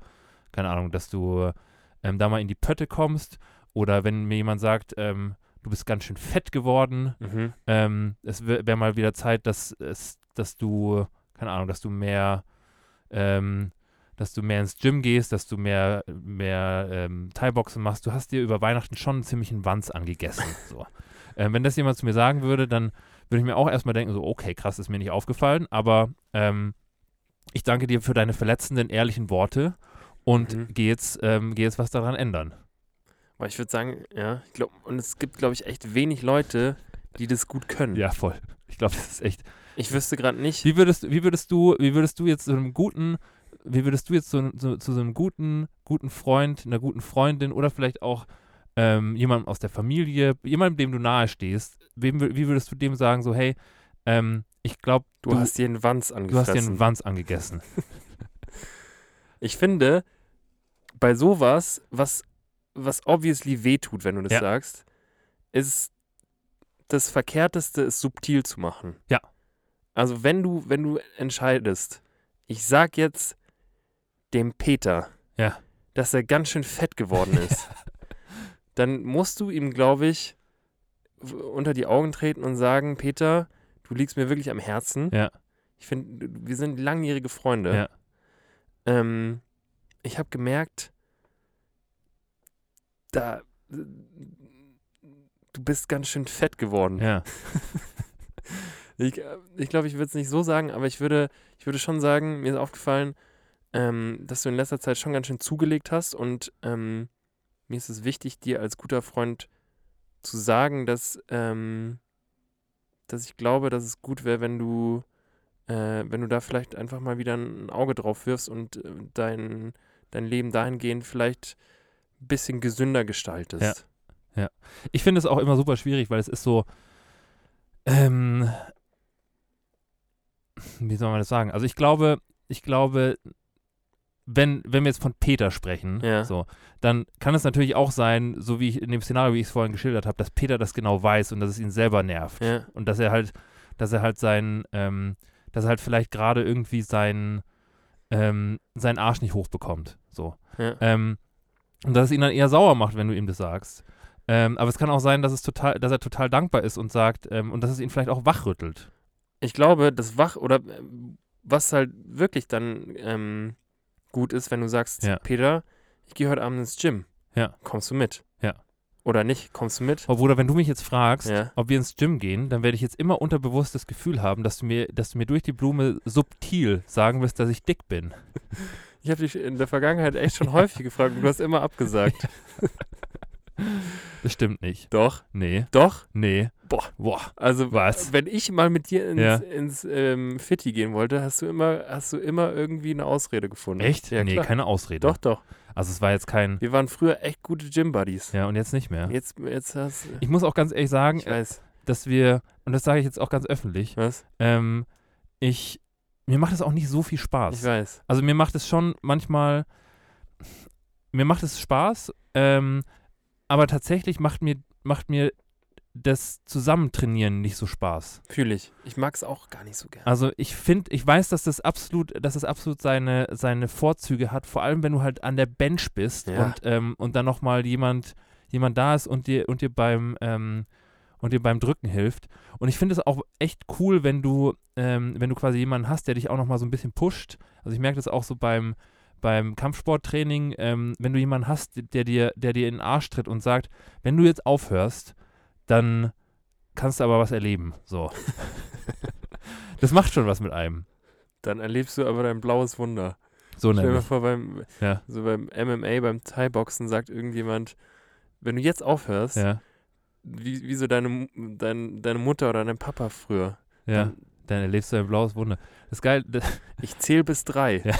B: keine Ahnung, dass du ähm, da mal in die Pötte kommst oder wenn mir jemand sagt, ähm, du bist ganz schön fett geworden.
C: Mhm.
B: Ähm, es wäre mal wieder Zeit, dass, es, dass du, keine Ahnung, dass du mehr, ähm, dass du mehr ins Gym gehst, dass du mehr, mehr ähm, Thai-Boxen machst. Du hast dir über Weihnachten schon einen ziemlichen Wanz angegessen. So. ähm, wenn das jemand zu mir sagen würde, dann würde ich mir auch erstmal denken, so, okay, krass, ist mir nicht aufgefallen, aber ähm, ich danke dir für deine verletzenden, ehrlichen Worte und
C: Mhm.
B: geh, jetzt, ähm, geh jetzt was daran ändern.
C: Aber ich würde sagen, ja, ich glaube, und es gibt, glaube ich, echt wenig Leute, die das gut können.
B: Ja, voll. Ich glaube, das ist echt,
C: Ich wüsste gerade nicht.
B: Wie würdest, wie würdest du, wie würdest du jetzt so einem guten, wie würdest du jetzt so, so, zu so einem guten, guten Freund, einer guten Freundin oder vielleicht auch ähm, jemandem aus der Familie, jemandem, dem du nahe stehst, wem, wür- wie würdest du dem sagen, so, hey, ähm, ich glaube,
C: Du, hast dir einen Wanz
B: du hast dir einen
C: angefressen.
B: Wanz angegessen.
C: ich finde, bei sowas, was, was obviously wehtut, wenn du das
B: Ja.
C: sagst, ist das Verkehrteste, es subtil zu machen.
B: Ja.
C: Also wenn du, wenn du entscheidest, ich sag jetzt dem Peter,
B: Ja.
C: dass er ganz schön fett geworden ist, dann musst du ihm, glaube ich, w- unter die Augen treten und sagen, Peter, du liegst mir wirklich am Herzen.
B: Ja.
C: Ich finde, wir sind langjährige Freunde.
B: Ja.
C: Ähm, ich habe gemerkt, da du bist ganz schön fett geworden.
B: ja,
C: Ich, äh, ich glaube, ich würde es nicht so sagen, aber ich würde, ich würde schon sagen, mir ist aufgefallen, ähm, dass du in letzter Zeit schon ganz schön zugelegt hast und ähm, mir ist es wichtig, dir als guter Freund zu sagen, dass, ähm, dass ich glaube, dass es gut wäre, wenn du, äh, wenn du da vielleicht einfach mal wieder ein Auge drauf wirfst und äh, dein, dein Leben dahingehend vielleicht ein bisschen gesünder gestaltest.
B: Ja. ich finde es auch immer super schwierig, weil es ist so, ähm, wie soll man das sagen? Also ich glaube, ich glaube, wenn, wenn wir jetzt von Peter sprechen,
C: Ja.
B: so, dann kann es natürlich auch sein, so wie ich in dem Szenario, wie ich es vorhin geschildert habe, dass Peter das genau weiß und dass es ihn selber nervt.
C: Ja.
B: Und dass er halt, dass er halt seinen, ähm, dass er halt vielleicht gerade irgendwie seinen, ähm, seinen Arsch nicht hochbekommt. So.
C: Ja.
B: Ähm, und dass es ihn dann eher sauer macht, wenn du ihm das sagst. Ähm, aber es kann auch sein, dass, es total, dass er total dankbar ist und sagt, ähm, und dass es ihn vielleicht auch wachrüttelt.
C: ich glaube, das Wach oder ähm, was halt wirklich dann ähm, gut ist, wenn du sagst,
B: Ja.
C: Peter, ich gehe heute Abend ins Gym.
B: Ja.
C: Kommst du mit?
B: Ja.
C: Oder nicht? Kommst du mit?
B: Oh, Bruder, wenn du mich jetzt fragst,
C: Ja.
B: ob wir ins Gym gehen, dann werde ich jetzt immer unterbewusst das Gefühl haben, dass du mir, dass du mir durch die Blume subtil sagen wirst, dass ich dick bin.
C: Ich habe dich in der Vergangenheit echt schon häufig gefragt und du hast immer abgesagt.
B: Das stimmt nicht.
C: Doch,
B: Nee,
C: doch.
B: nee.
C: Boah.
B: Boah.
C: Also
B: Was?
C: wenn ich mal mit dir ins,
B: Ja.
C: ins ähm, Fitti gehen wollte, hast du immer, hast du immer irgendwie eine Ausrede gefunden.
B: Echt?
C: Ja,
B: nee,
C: klar.
B: keine Ausrede.
C: Doch, doch.
B: Also es war jetzt kein.
C: Wir waren früher echt gute Gym-Buddies.
B: Ja, und jetzt nicht mehr.
C: Jetzt, jetzt hast
B: Ich muss auch ganz ehrlich sagen,
C: Ich weiß.
B: dass wir, und das sage ich jetzt auch ganz öffentlich,
C: Was?
B: ähm, ich, mir macht es auch nicht so viel
C: Ich
B: Spaß.
C: weiß.
B: Also mir macht es schon manchmal, mir macht es Spaß, ähm, aber tatsächlich macht mir, macht mir das Zusammentrainieren nicht so Spaß.
C: Fühle ich. Ich mag es auch gar nicht so gerne.
B: Also ich finde, ich weiß, dass das absolut, dass das absolut seine, seine Vorzüge hat, vor allem wenn du halt an der Bench bist
C: Ja.
B: und, ähm, und dann nochmal jemand, jemand da ist und dir, und dir beim, ähm, und dir beim Drücken hilft. Und ich finde es auch echt cool, wenn du, ähm, wenn du quasi jemanden hast, der dich auch nochmal so ein bisschen pusht. Also ich merke das auch so beim, beim Kampfsporttraining, ähm, wenn du jemanden hast, der dir, der dir in den Arsch tritt und sagt, wenn du jetzt aufhörst, dann kannst du aber was erleben. So. das macht schon was mit einem.
C: Dann erlebst du aber dein blaues Wunder.
B: So
C: Stell dir mal
B: nämlich.
C: vor, beim,
B: Ja.
C: so beim MMA, beim Thai-Boxen sagt irgendjemand, wenn du jetzt aufhörst,
B: Ja,
C: wie, wie so deine, Mu- dein, deine Mutter oder dein Papa früher.
B: ja.
C: Dann,
B: Dann erlebst du ein blaues Wunder. Das ist geil. Das,
C: ich zähle bis drei.
B: Ja.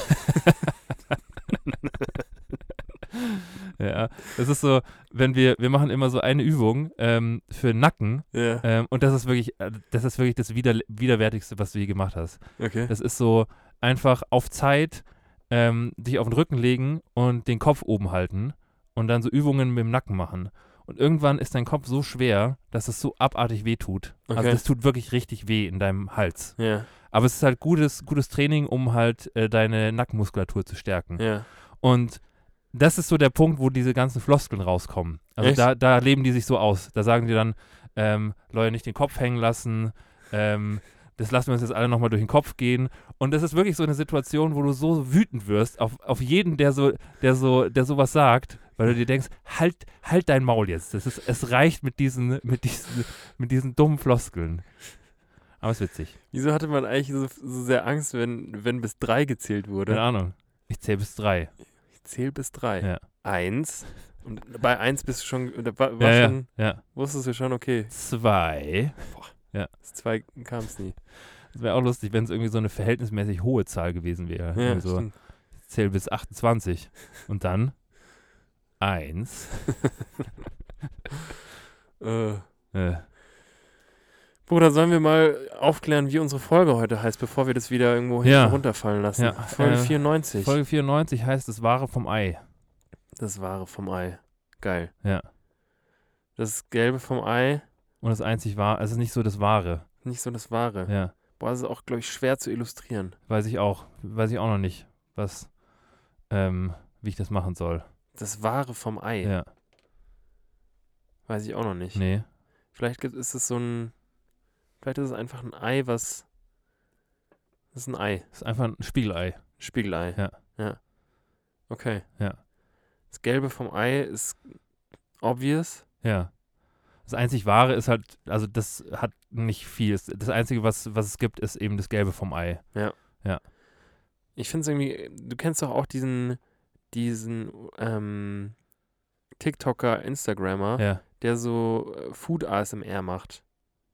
B: ja. Das ist so, wenn wir, wir machen immer so eine Übung ähm, für den Nacken.
C: Ja,
B: Ähm, und das ist wirklich, äh, das ist wirklich das Wider Widerwärtigste, was du je gemacht hast.
C: okay.
B: Das ist so einfach auf Zeit ähm, dich auf den Rücken legen und den Kopf oben halten und dann so Übungen mit dem Nacken machen. Und irgendwann ist dein Kopf so schwer, dass es so abartig weh tut. Also
C: Okay.
B: das tut wirklich richtig weh in deinem Hals.
C: Ja,
B: Aber es ist halt gutes, gutes Training, um halt äh, deine Nackenmuskulatur zu stärken.
C: ja.
B: Und das ist so der Punkt, wo diese ganzen Floskeln rauskommen. Also
C: Echt?
B: da, da leben die sich so aus. Da sagen die dann, ähm, Leute nicht den Kopf hängen lassen, ähm, das lassen wir uns jetzt alle nochmal durch den Kopf gehen. Und das ist wirklich so eine Situation, wo du so wütend wirst auf, auf jeden, der so, der so, der sowas sagt, weil du dir denkst, halt, halt dein Maul jetzt. Das ist, es reicht mit diesen, mit diesen, mit diesen dummen Floskeln. Aber ist witzig.
C: Wieso hatte man eigentlich so, so sehr Angst, wenn, wenn bis drei gezählt
B: Keine
C: wurde?
B: Ahnung. Ich zähle bis drei.
C: Ich zähl bis drei.
B: Ja.
C: Eins. Und bei eins bist du schon, da war, war
B: Ja, ja,
C: schon
B: ja.
C: wusstest du schon, okay,
B: Zwei.
C: bis zwei kam es nie.
B: Das wäre auch lustig, wenn es irgendwie so eine verhältnismäßig hohe Zahl gewesen wäre.
C: Ja,
B: Irgendwie so,
C: stimmt.
B: zähl bis 28 und dann eins.
C: Äh,
B: Äh,
C: Bruder, sollen wir mal aufklären, wie unsere Folge heute heißt, bevor wir das wieder irgendwo
B: Ja.
C: hinten runterfallen lassen?
B: Ja,
C: Folge
B: äh,
C: 94.
B: Folge 94 heißt das Wahre vom Ei.
C: das Wahre vom Ei. Geil.
B: Ja.
C: Das Gelbe vom Ei,
B: Und das einzig Wahre, also nicht so das Wahre.
C: nicht so das Wahre.
B: Ja.
C: Boah, das ist auch, glaube ich, schwer zu illustrieren.
B: Weiß ich auch. Weiß ich auch noch nicht, was, ähm, wie ich das machen soll.
C: Das Wahre vom Ei.
B: Ja.
C: Weiß ich auch noch nicht.
B: Nee.
C: Vielleicht gibt, ist es so ein. Vielleicht ist es einfach ein Ei, was. Das ist ein Ei.
B: Ist einfach ein Spiegelei.
C: Ein Spiegelei.
B: Ja.
C: Ja. Okay.
B: Ja.
C: Das Gelbe vom Ei ist obvious.
B: Ja. Das einzig Wahre ist halt, also das hat nicht viel. Es- Das einzige, was, was es gibt, ist eben das Gelbe vom Ei.
C: Ich finde es irgendwie, äh, du kennst doch auch diesen, diesen ähm, TikToker, Instagrammer,
B: Ja.
C: der so äh, Food ASMR macht.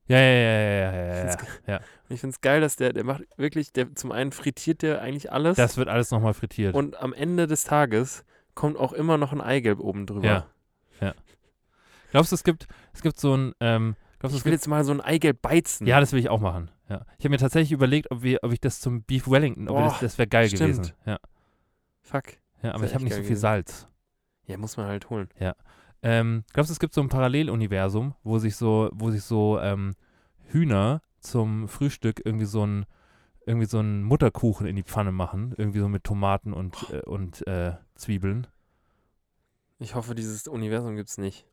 B: Ja, ja, ja, ja, ja, ja, ja.
C: Ich
B: ja.
C: find's ge- Und ich finde es geil, dass der, der macht wirklich, der zum einen frittiert der eigentlich alles
B: Das wird alles nochmal frittiert.
C: und am Ende des Tages kommt auch immer noch ein Eigelb oben drüber.
B: Ja. Glaubst du, es gibt, es gibt so ein, ähm, glaubst du, es
C: Ich will
B: gibt,
C: jetzt mal so ein Eigelb beizen.
B: ja, das will ich auch machen. Ja. Ich habe mir tatsächlich überlegt, ob, wir, ob ich das zum Beef Wellington, ob wir
C: Boah,
B: das, das wäre geil
C: stimmt.
B: gewesen. Ja,
C: Fuck.
B: ja aber
C: wär
B: ich habe
C: echt
B: nicht so viel
C: geil gewesen.
B: Salz.
C: Ja, muss man halt holen.
B: Ähm, glaubst du, es gibt so ein Paralleluniversum, wo sich so, wo sich so ähm, Hühner zum Frühstück irgendwie so ein irgendwie so einen Mutterkuchen in die Pfanne machen, irgendwie so mit Tomaten und, äh, und äh, Zwiebeln.
C: Ich hoffe, dieses Universum gibt's nicht.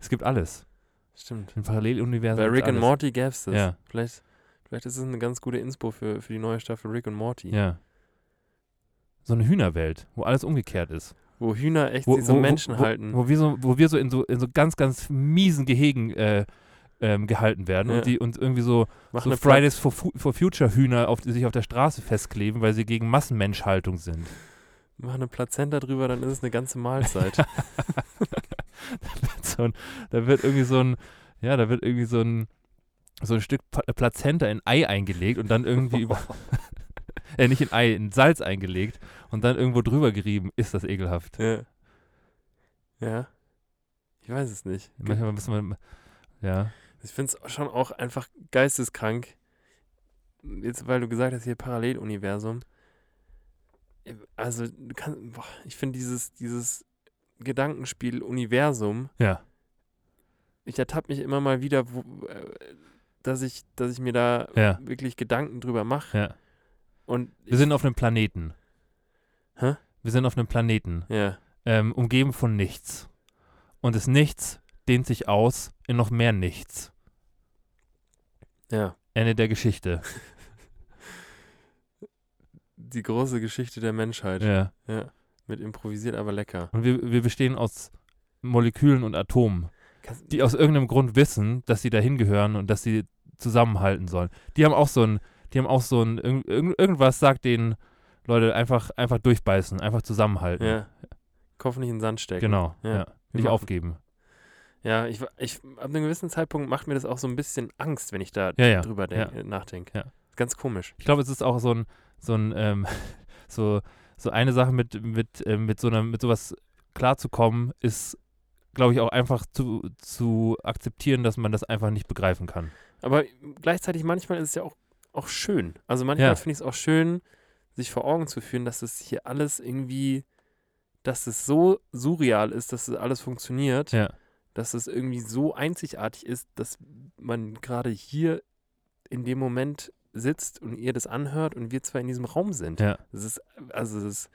B: Es gibt alles.
C: Stimmt.
B: Ein Paralleluniversum.
C: Bei
B: gibt's
C: Rick and
B: alles.
C: Morty gäb's das.
B: Ja.
C: Vielleicht, vielleicht ist es eine ganz gute Inspo für, für die neue Staffel Rick und Morty.
B: Ja. So eine Hühnerwelt, wo alles umgekehrt ist.
C: Wo Hühner echt
B: Wo,
C: sich so
B: wo-
C: Menschen
B: wo,
C: halten.
B: Wo wir so, wo wir so in so in so ganz, ganz miesen Gehegen äh, ähm, gehalten werden
C: Ja.
B: und die und irgendwie so,
C: Mach
B: so
C: eine
B: Fridays for, Fu- for Future Hühner auf, die sich auf der Straße festkleben, weil sie gegen Massenmenschhaltung sind.
C: Pla mach eine Plazenta drüber, dann ist es eine ganze Mahlzeit.
B: so ein, da wird irgendwie so ein, ja, da wird irgendwie so ein so ein Stück Pa- Plazenta in Ei eingelegt und dann irgendwie über, äh, nicht in Ei, in Salz eingelegt und dann irgendwo drüber gerieben. Ist das ekelhaft.
C: ja. ja. Ich weiß es nicht.
B: Manchmal müssen wir, ja,
C: Ich finde es schon auch einfach geisteskrank. Jetzt, weil du gesagt hast, hier Paralleluniversum. Also, du kannst, boah, ich finde dieses, dieses Gedankenspiel Universum,
B: ja,
C: ich ertappe mich immer mal wieder, wo, äh, dass, ich, dass ich mir da
B: ja,
C: wirklich Gedanken drüber mache.
B: ja.
C: Und
B: Wir sind auf einem Planeten.
C: Hä?
B: Wir sind auf einem Planeten,
C: ja,
B: ähm, umgeben von nichts. Und das Nichts dehnt sich aus in noch mehr Nichts.
C: ja.
B: Ende der Geschichte.
C: Die große Geschichte der Menschheit.
B: Ja.
C: Ja. Mit improvisiert, aber lecker.
B: Und wir, wir bestehen aus Molekülen und Atomen,
C: Kannst,
B: die aus irgendeinem Grund wissen, dass sie dahin gehören und dass sie zusammenhalten sollen. Die haben auch so ein, die haben auch so ein, irg irg- irgendwas sagt denen, Leute, einfach, einfach durchbeißen, einfach zusammenhalten.
C: ja. Kopf nicht in den Sand stecken.
B: Genau,
C: Ja.
B: ja.
C: Wir
B: Nicht
C: machen-
B: aufgeben.
C: Ja, ich, wa- ich, ab einem gewissen Zeitpunkt macht mir das auch so ein bisschen Angst, wenn ich da
B: Ja, ja.
C: drüber denk, äh, nachdenke.
B: Ja.
C: Ist Ganz komisch.
B: Ich glaube, es ist auch so ein, so ein, ähm, so, so eine Sache mit, mit, ähm, mit so einer, mit sowas klarzukommen, ist, glaube ich, auch einfach zu, zu akzeptieren, dass man das einfach nicht begreifen kann.
C: Aber gleichzeitig manchmal ist es ja auch, auch schön. Also manchmal
B: Ja.
C: finde ich es auch schön, sich vor Augen zu führen, dass es hier alles irgendwie, dass es so surreal ist, dass es alles funktioniert,
B: Ja.
C: dass es irgendwie so einzigartig ist, dass man gerade hier in dem Moment sitzt und ihr das anhört und wir zwei in diesem Raum sind.
B: Ja.
C: Es ist, also es ist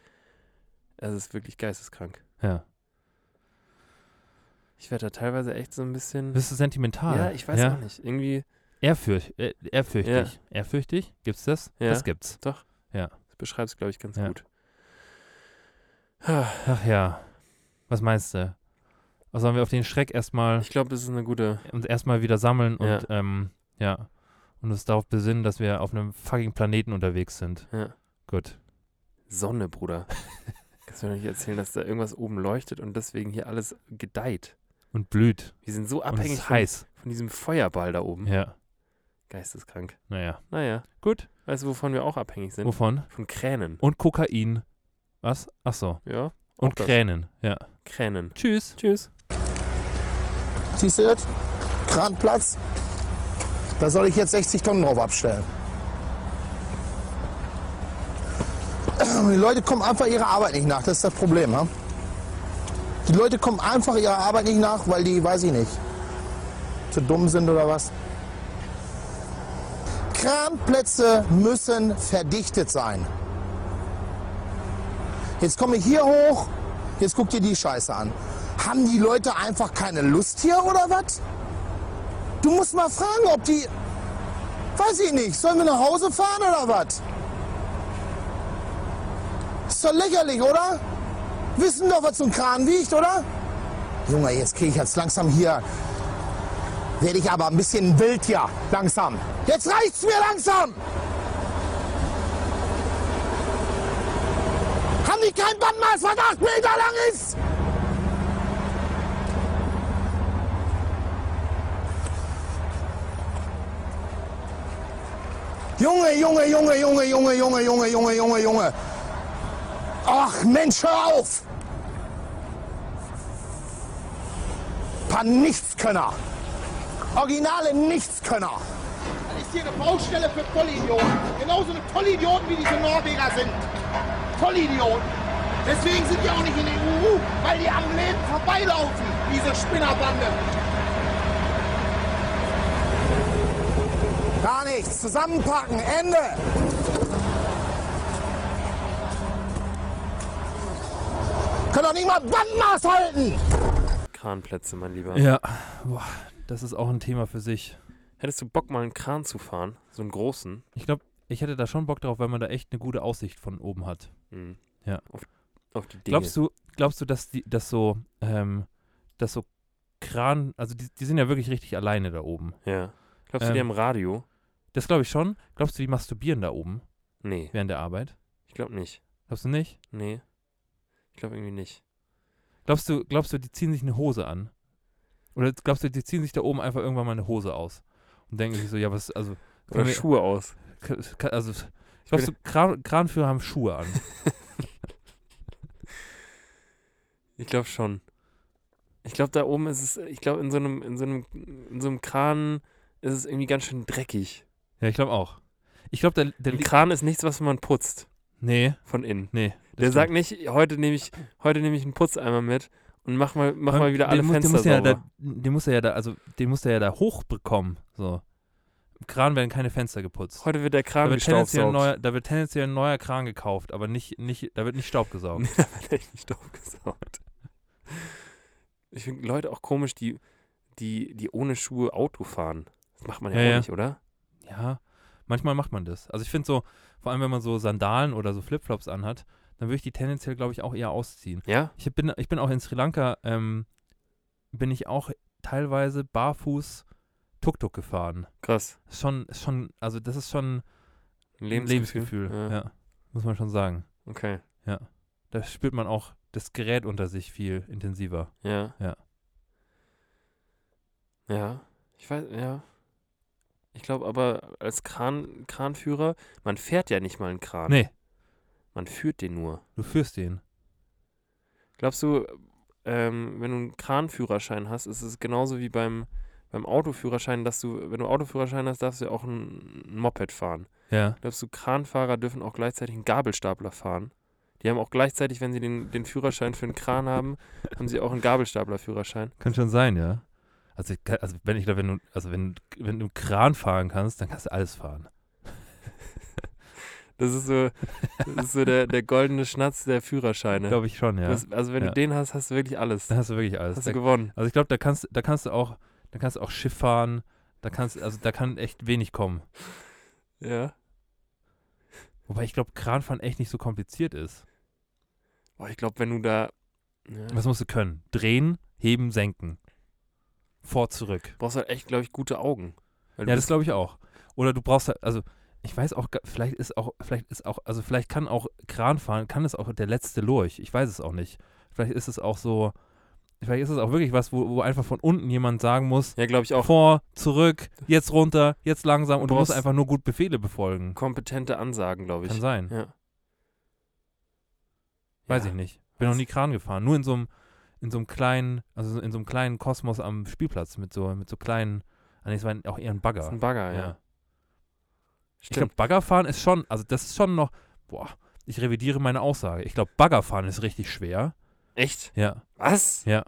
C: Es ist wirklich geisteskrank.
B: Ja.
C: Ich werde da teilweise echt so ein bisschen.
B: Bist du sentimental?
C: Ja, ich weiß auch nicht. Irgendwie
B: Ehrfürcht, äh, ehrfürchtig. Ehrfürchtig? Gibt's das?
C: Ja.
B: Das gibt's.
C: beschreibst du, glaube ich, ganz
B: Ja.
C: gut.
B: Ach ja. Was meinst du? Was sollen wir auf den Schreck erstmal
C: Ich glaube, das ist eine gute.
B: uns erstmal wieder sammeln und
C: Ja.
B: ähm, ja. Und uns darauf besinnen, dass wir auf einem fucking Planeten unterwegs sind.
C: Ja.
B: Gut.
C: Sonne, Bruder. Kannst du mir doch nicht erzählen, dass da irgendwas oben leuchtet und deswegen hier alles gedeiht.
B: Und blüht.
C: Wir sind so
B: Und es
C: abhängig
B: ist
C: von,
B: heiß.
C: von diesem Feuerball da oben.
B: Ja.
C: Geisteskrank.
B: Naja.
C: Naja,
B: Gut.
C: weißt du, wovon wir auch abhängig sind?
B: Wovon?
C: Von Kränen.
B: Und Kokain. Was? Ach so.
C: Ja,
B: Und
C: das.
B: Kränen. Ja.
C: Kränen.
B: Tschüss.
C: Tschüss.
D: Siehst du das? Kranplatz. Da soll ich jetzt 60 Tonnen drauf abstellen. Die Leute kommen einfach ihrer Arbeit nicht nach. Das ist das Problem. Ja? Die Leute kommen einfach ihrer Arbeit nicht nach, weil die, weiß ich nicht, zu dumm sind oder was. Kranplätze müssen verdichtet sein. Jetzt komme ich hier hoch, jetzt guck dir die Scheiße an. Haben die Leute einfach keine Lust hier oder was? Du musst mal fragen, ob die. Weiß ich nicht, sollen wir nach Hause fahren oder was? Ist doch lächerlich, oder? Wissen doch, was so ein Kran wiegt, oder? Junge, jetzt kriege ich jetzt langsam hier. Werde ich aber ein bisschen wild hier, langsam. Jetzt reicht's mir langsam! Haben die kein Bandmaß, was acht Meter lang ist? Junge, Junge, Junge, Junge, Junge, Junge, Junge, Junge, Junge, Junge. Ach Mensch, hör auf! Paar Nichtskönner. Originale Nichtskönner.
E: Das ist hier eine Baustelle für Vollidioten. Genauso eine Vollidioten, wie diese Norweger sind. Vollidioten. Deswegen sind die auch nicht in der EU, weil die am Leben vorbeilaufen, diese Spinnerbande.
D: Gar nichts. Zusammenpacken. Ende. Können doch nicht mal Bandmaß halten.
C: Kranplätze, mein Lieber.
B: Ja. Boah, das ist auch ein Thema für sich.
C: Hättest du Bock, mal einen Kran zu fahren? So einen großen?
B: Ich glaube, ich hätte da schon Bock drauf, weil man da echt eine gute Aussicht von oben hat.
C: Mhm.
B: Ja.
C: Auf, auf die Dinge.
B: Glaubst du, glaubst du, dass die, dass so, ähm, dass so Kran, also die, die sind ja wirklich richtig alleine da oben.
C: Ja. Glaubst du, die
B: Ähm.
C: haben Radio?
B: Das glaube ich schon. Glaubst du, die masturbieren da oben
C: Nee,
B: während der Arbeit?
C: ich glaube nicht.
B: Glaubst du nicht?
C: Nee. Ich glaube irgendwie nicht.
B: Glaubst du, glaubst du, die ziehen sich eine Hose an? Oder glaubst du, die ziehen sich da oben einfach irgendwann mal eine Hose aus? Und denken sich so, ja, was, also,
C: Oder
B: können wir-
C: Schuhe aus.
B: Ka- ka- Also, glaubst du, Kran, Kranführer haben Schuhe an?
C: Ich glaube schon. Ich glaube, da oben ist es, ich glaube, in so einem, in so einem, in so einem Kran ist es irgendwie ganz schön dreckig.
B: ja, ich glaube auch. Ich glaube, der, der
C: Ein
B: li-
C: Kran ist nichts, was man putzt
B: Nee,
C: von innen.
B: nee. das
C: Der
B: stimmt.
C: sagt nicht, heute nehme ich, heute nehme ich einen Putzeimer mit und mach mal,
B: Vor
C: mach
B: allem,
C: mal wieder alle
B: den muss-
C: Fenster
B: den muss,
C: sauber.
B: ja da, den muss er ja da, also den muss er ja da hochbekommen. So. Im Kran werden keine Fenster geputzt.
C: heute wird der
B: Da
C: Kran
B: wird, tendenziell ein
C: gestaubsaugt.
B: neuer, da wird tendenziell ein neuer Kran gekauft, aber nicht, nicht, da wird nicht Staub gesaugt.
C: da wird echt nicht staubgesaugt. Ich finde Leute auch komisch, die, die, die ohne Schuhe Auto fahren. Das macht man ja,
B: Ja,
C: auch
B: ja.
C: nicht, oder?
B: ja, manchmal macht man das. Also ich finde so, vor allem wenn man so Sandalen oder so Flipflops anhat, dann würde ich die tendenziell, glaube ich, auch eher ausziehen.
C: Ja?
B: Ich bin, ich bin auch in Sri Lanka, ähm, bin ich auch teilweise barfuß Tuk-Tuk gefahren.
C: Krass.
B: Ist Schon, ist schon, also das ist schon
C: Ein
B: ein Lebensgefühl.
C: Ja.
B: ja, muss man schon sagen.
C: Okay.
B: Da spürt man auch das Gerät unter sich viel intensiver.
C: Ja.
B: Ja.
C: Ja. Ich weiß, ja. Ich glaube aber, als Kran, Kranführer, man fährt ja nicht mal einen Kran.
B: Nee,
C: Man führt den nur.
B: du führst den.
C: Glaubst du, ähm, wenn du einen Kranführerschein hast, ist es genauso wie beim, beim Autoführerschein, dass du, wenn du Autoführerschein hast, darfst du ja auch ein, ein Moped fahren.
B: Ja.
C: Glaubst du, Kranfahrer dürfen auch gleichzeitig einen Gabelstapler fahren? Die haben auch gleichzeitig, wenn sie den, den Führerschein für einen Kran haben, haben sie auch einen Gabelstaplerführerschein.
B: Kann schon sein, ja. Also, ich kann- also wenn ich glaube, wenn du, also wenn, wenn du einen Kran fahren kannst, dann kannst du alles fahren.
C: Das ist so, das ist so der, der goldene Schnatz der Führerscheine.
B: Glaube ich schon, ja.
C: Das, also wenn
B: Ja.
C: du den hast, hast du wirklich alles.
B: da hast du wirklich alles.
C: Hast du
B: Da-
C: gewonnen.
B: also ich glaube, da kannst, da kannst du auch, da kannst du auch Schiff fahren. Da kannst, also da kann echt wenig kommen.
C: Ja.
B: Wobei ich glaube, Kranfahren echt nicht so kompliziert ist.
C: Boah, ich glaube, wenn du da. Ja,
B: Was musst du können? Drehen, heben, senken. Vor, zurück.
C: brauchst halt echt, glaube ich, gute Augen. Weil du
B: Ja, das
C: bist-
B: glaube ich auch. Oder du brauchst halt, also ich weiß auch, ga- vielleicht ist auch, vielleicht ist auch, also vielleicht kann auch Kran fahren, kann es auch der letzte Lurch. Ich weiß es auch nicht. Vielleicht ist es auch so, vielleicht ist es auch wirklich was, wo, wo einfach von unten jemand sagen muss,
C: ja, glaube ich, auch
B: vor, zurück, jetzt runter, jetzt langsam und du musst
C: Brauchst-
B: einfach nur gut Befehle befolgen.
C: kompetente Ansagen, glaube ich.
B: Kann sein.
C: Ja.
B: Weiß
C: Ja.
B: ich nicht. Bin noch nie Kran gefahren. Nur in so einem, in so einem kleinen, also in so einem kleinen Kosmos am Spielplatz mit so, mit so kleinen, ah, nee, es waren auch eher ein
C: Das
B: Bagger.
C: ist ein Bagger, ja.
B: ja. Ich
C: Stimmt.
B: glaube, Baggerfahren ist schon, also das ist schon noch, boah, ich revidiere meine Aussage. Ich glaube, Baggerfahren ist richtig schwer.
C: echt?
B: Ja,
C: Was?
B: ja.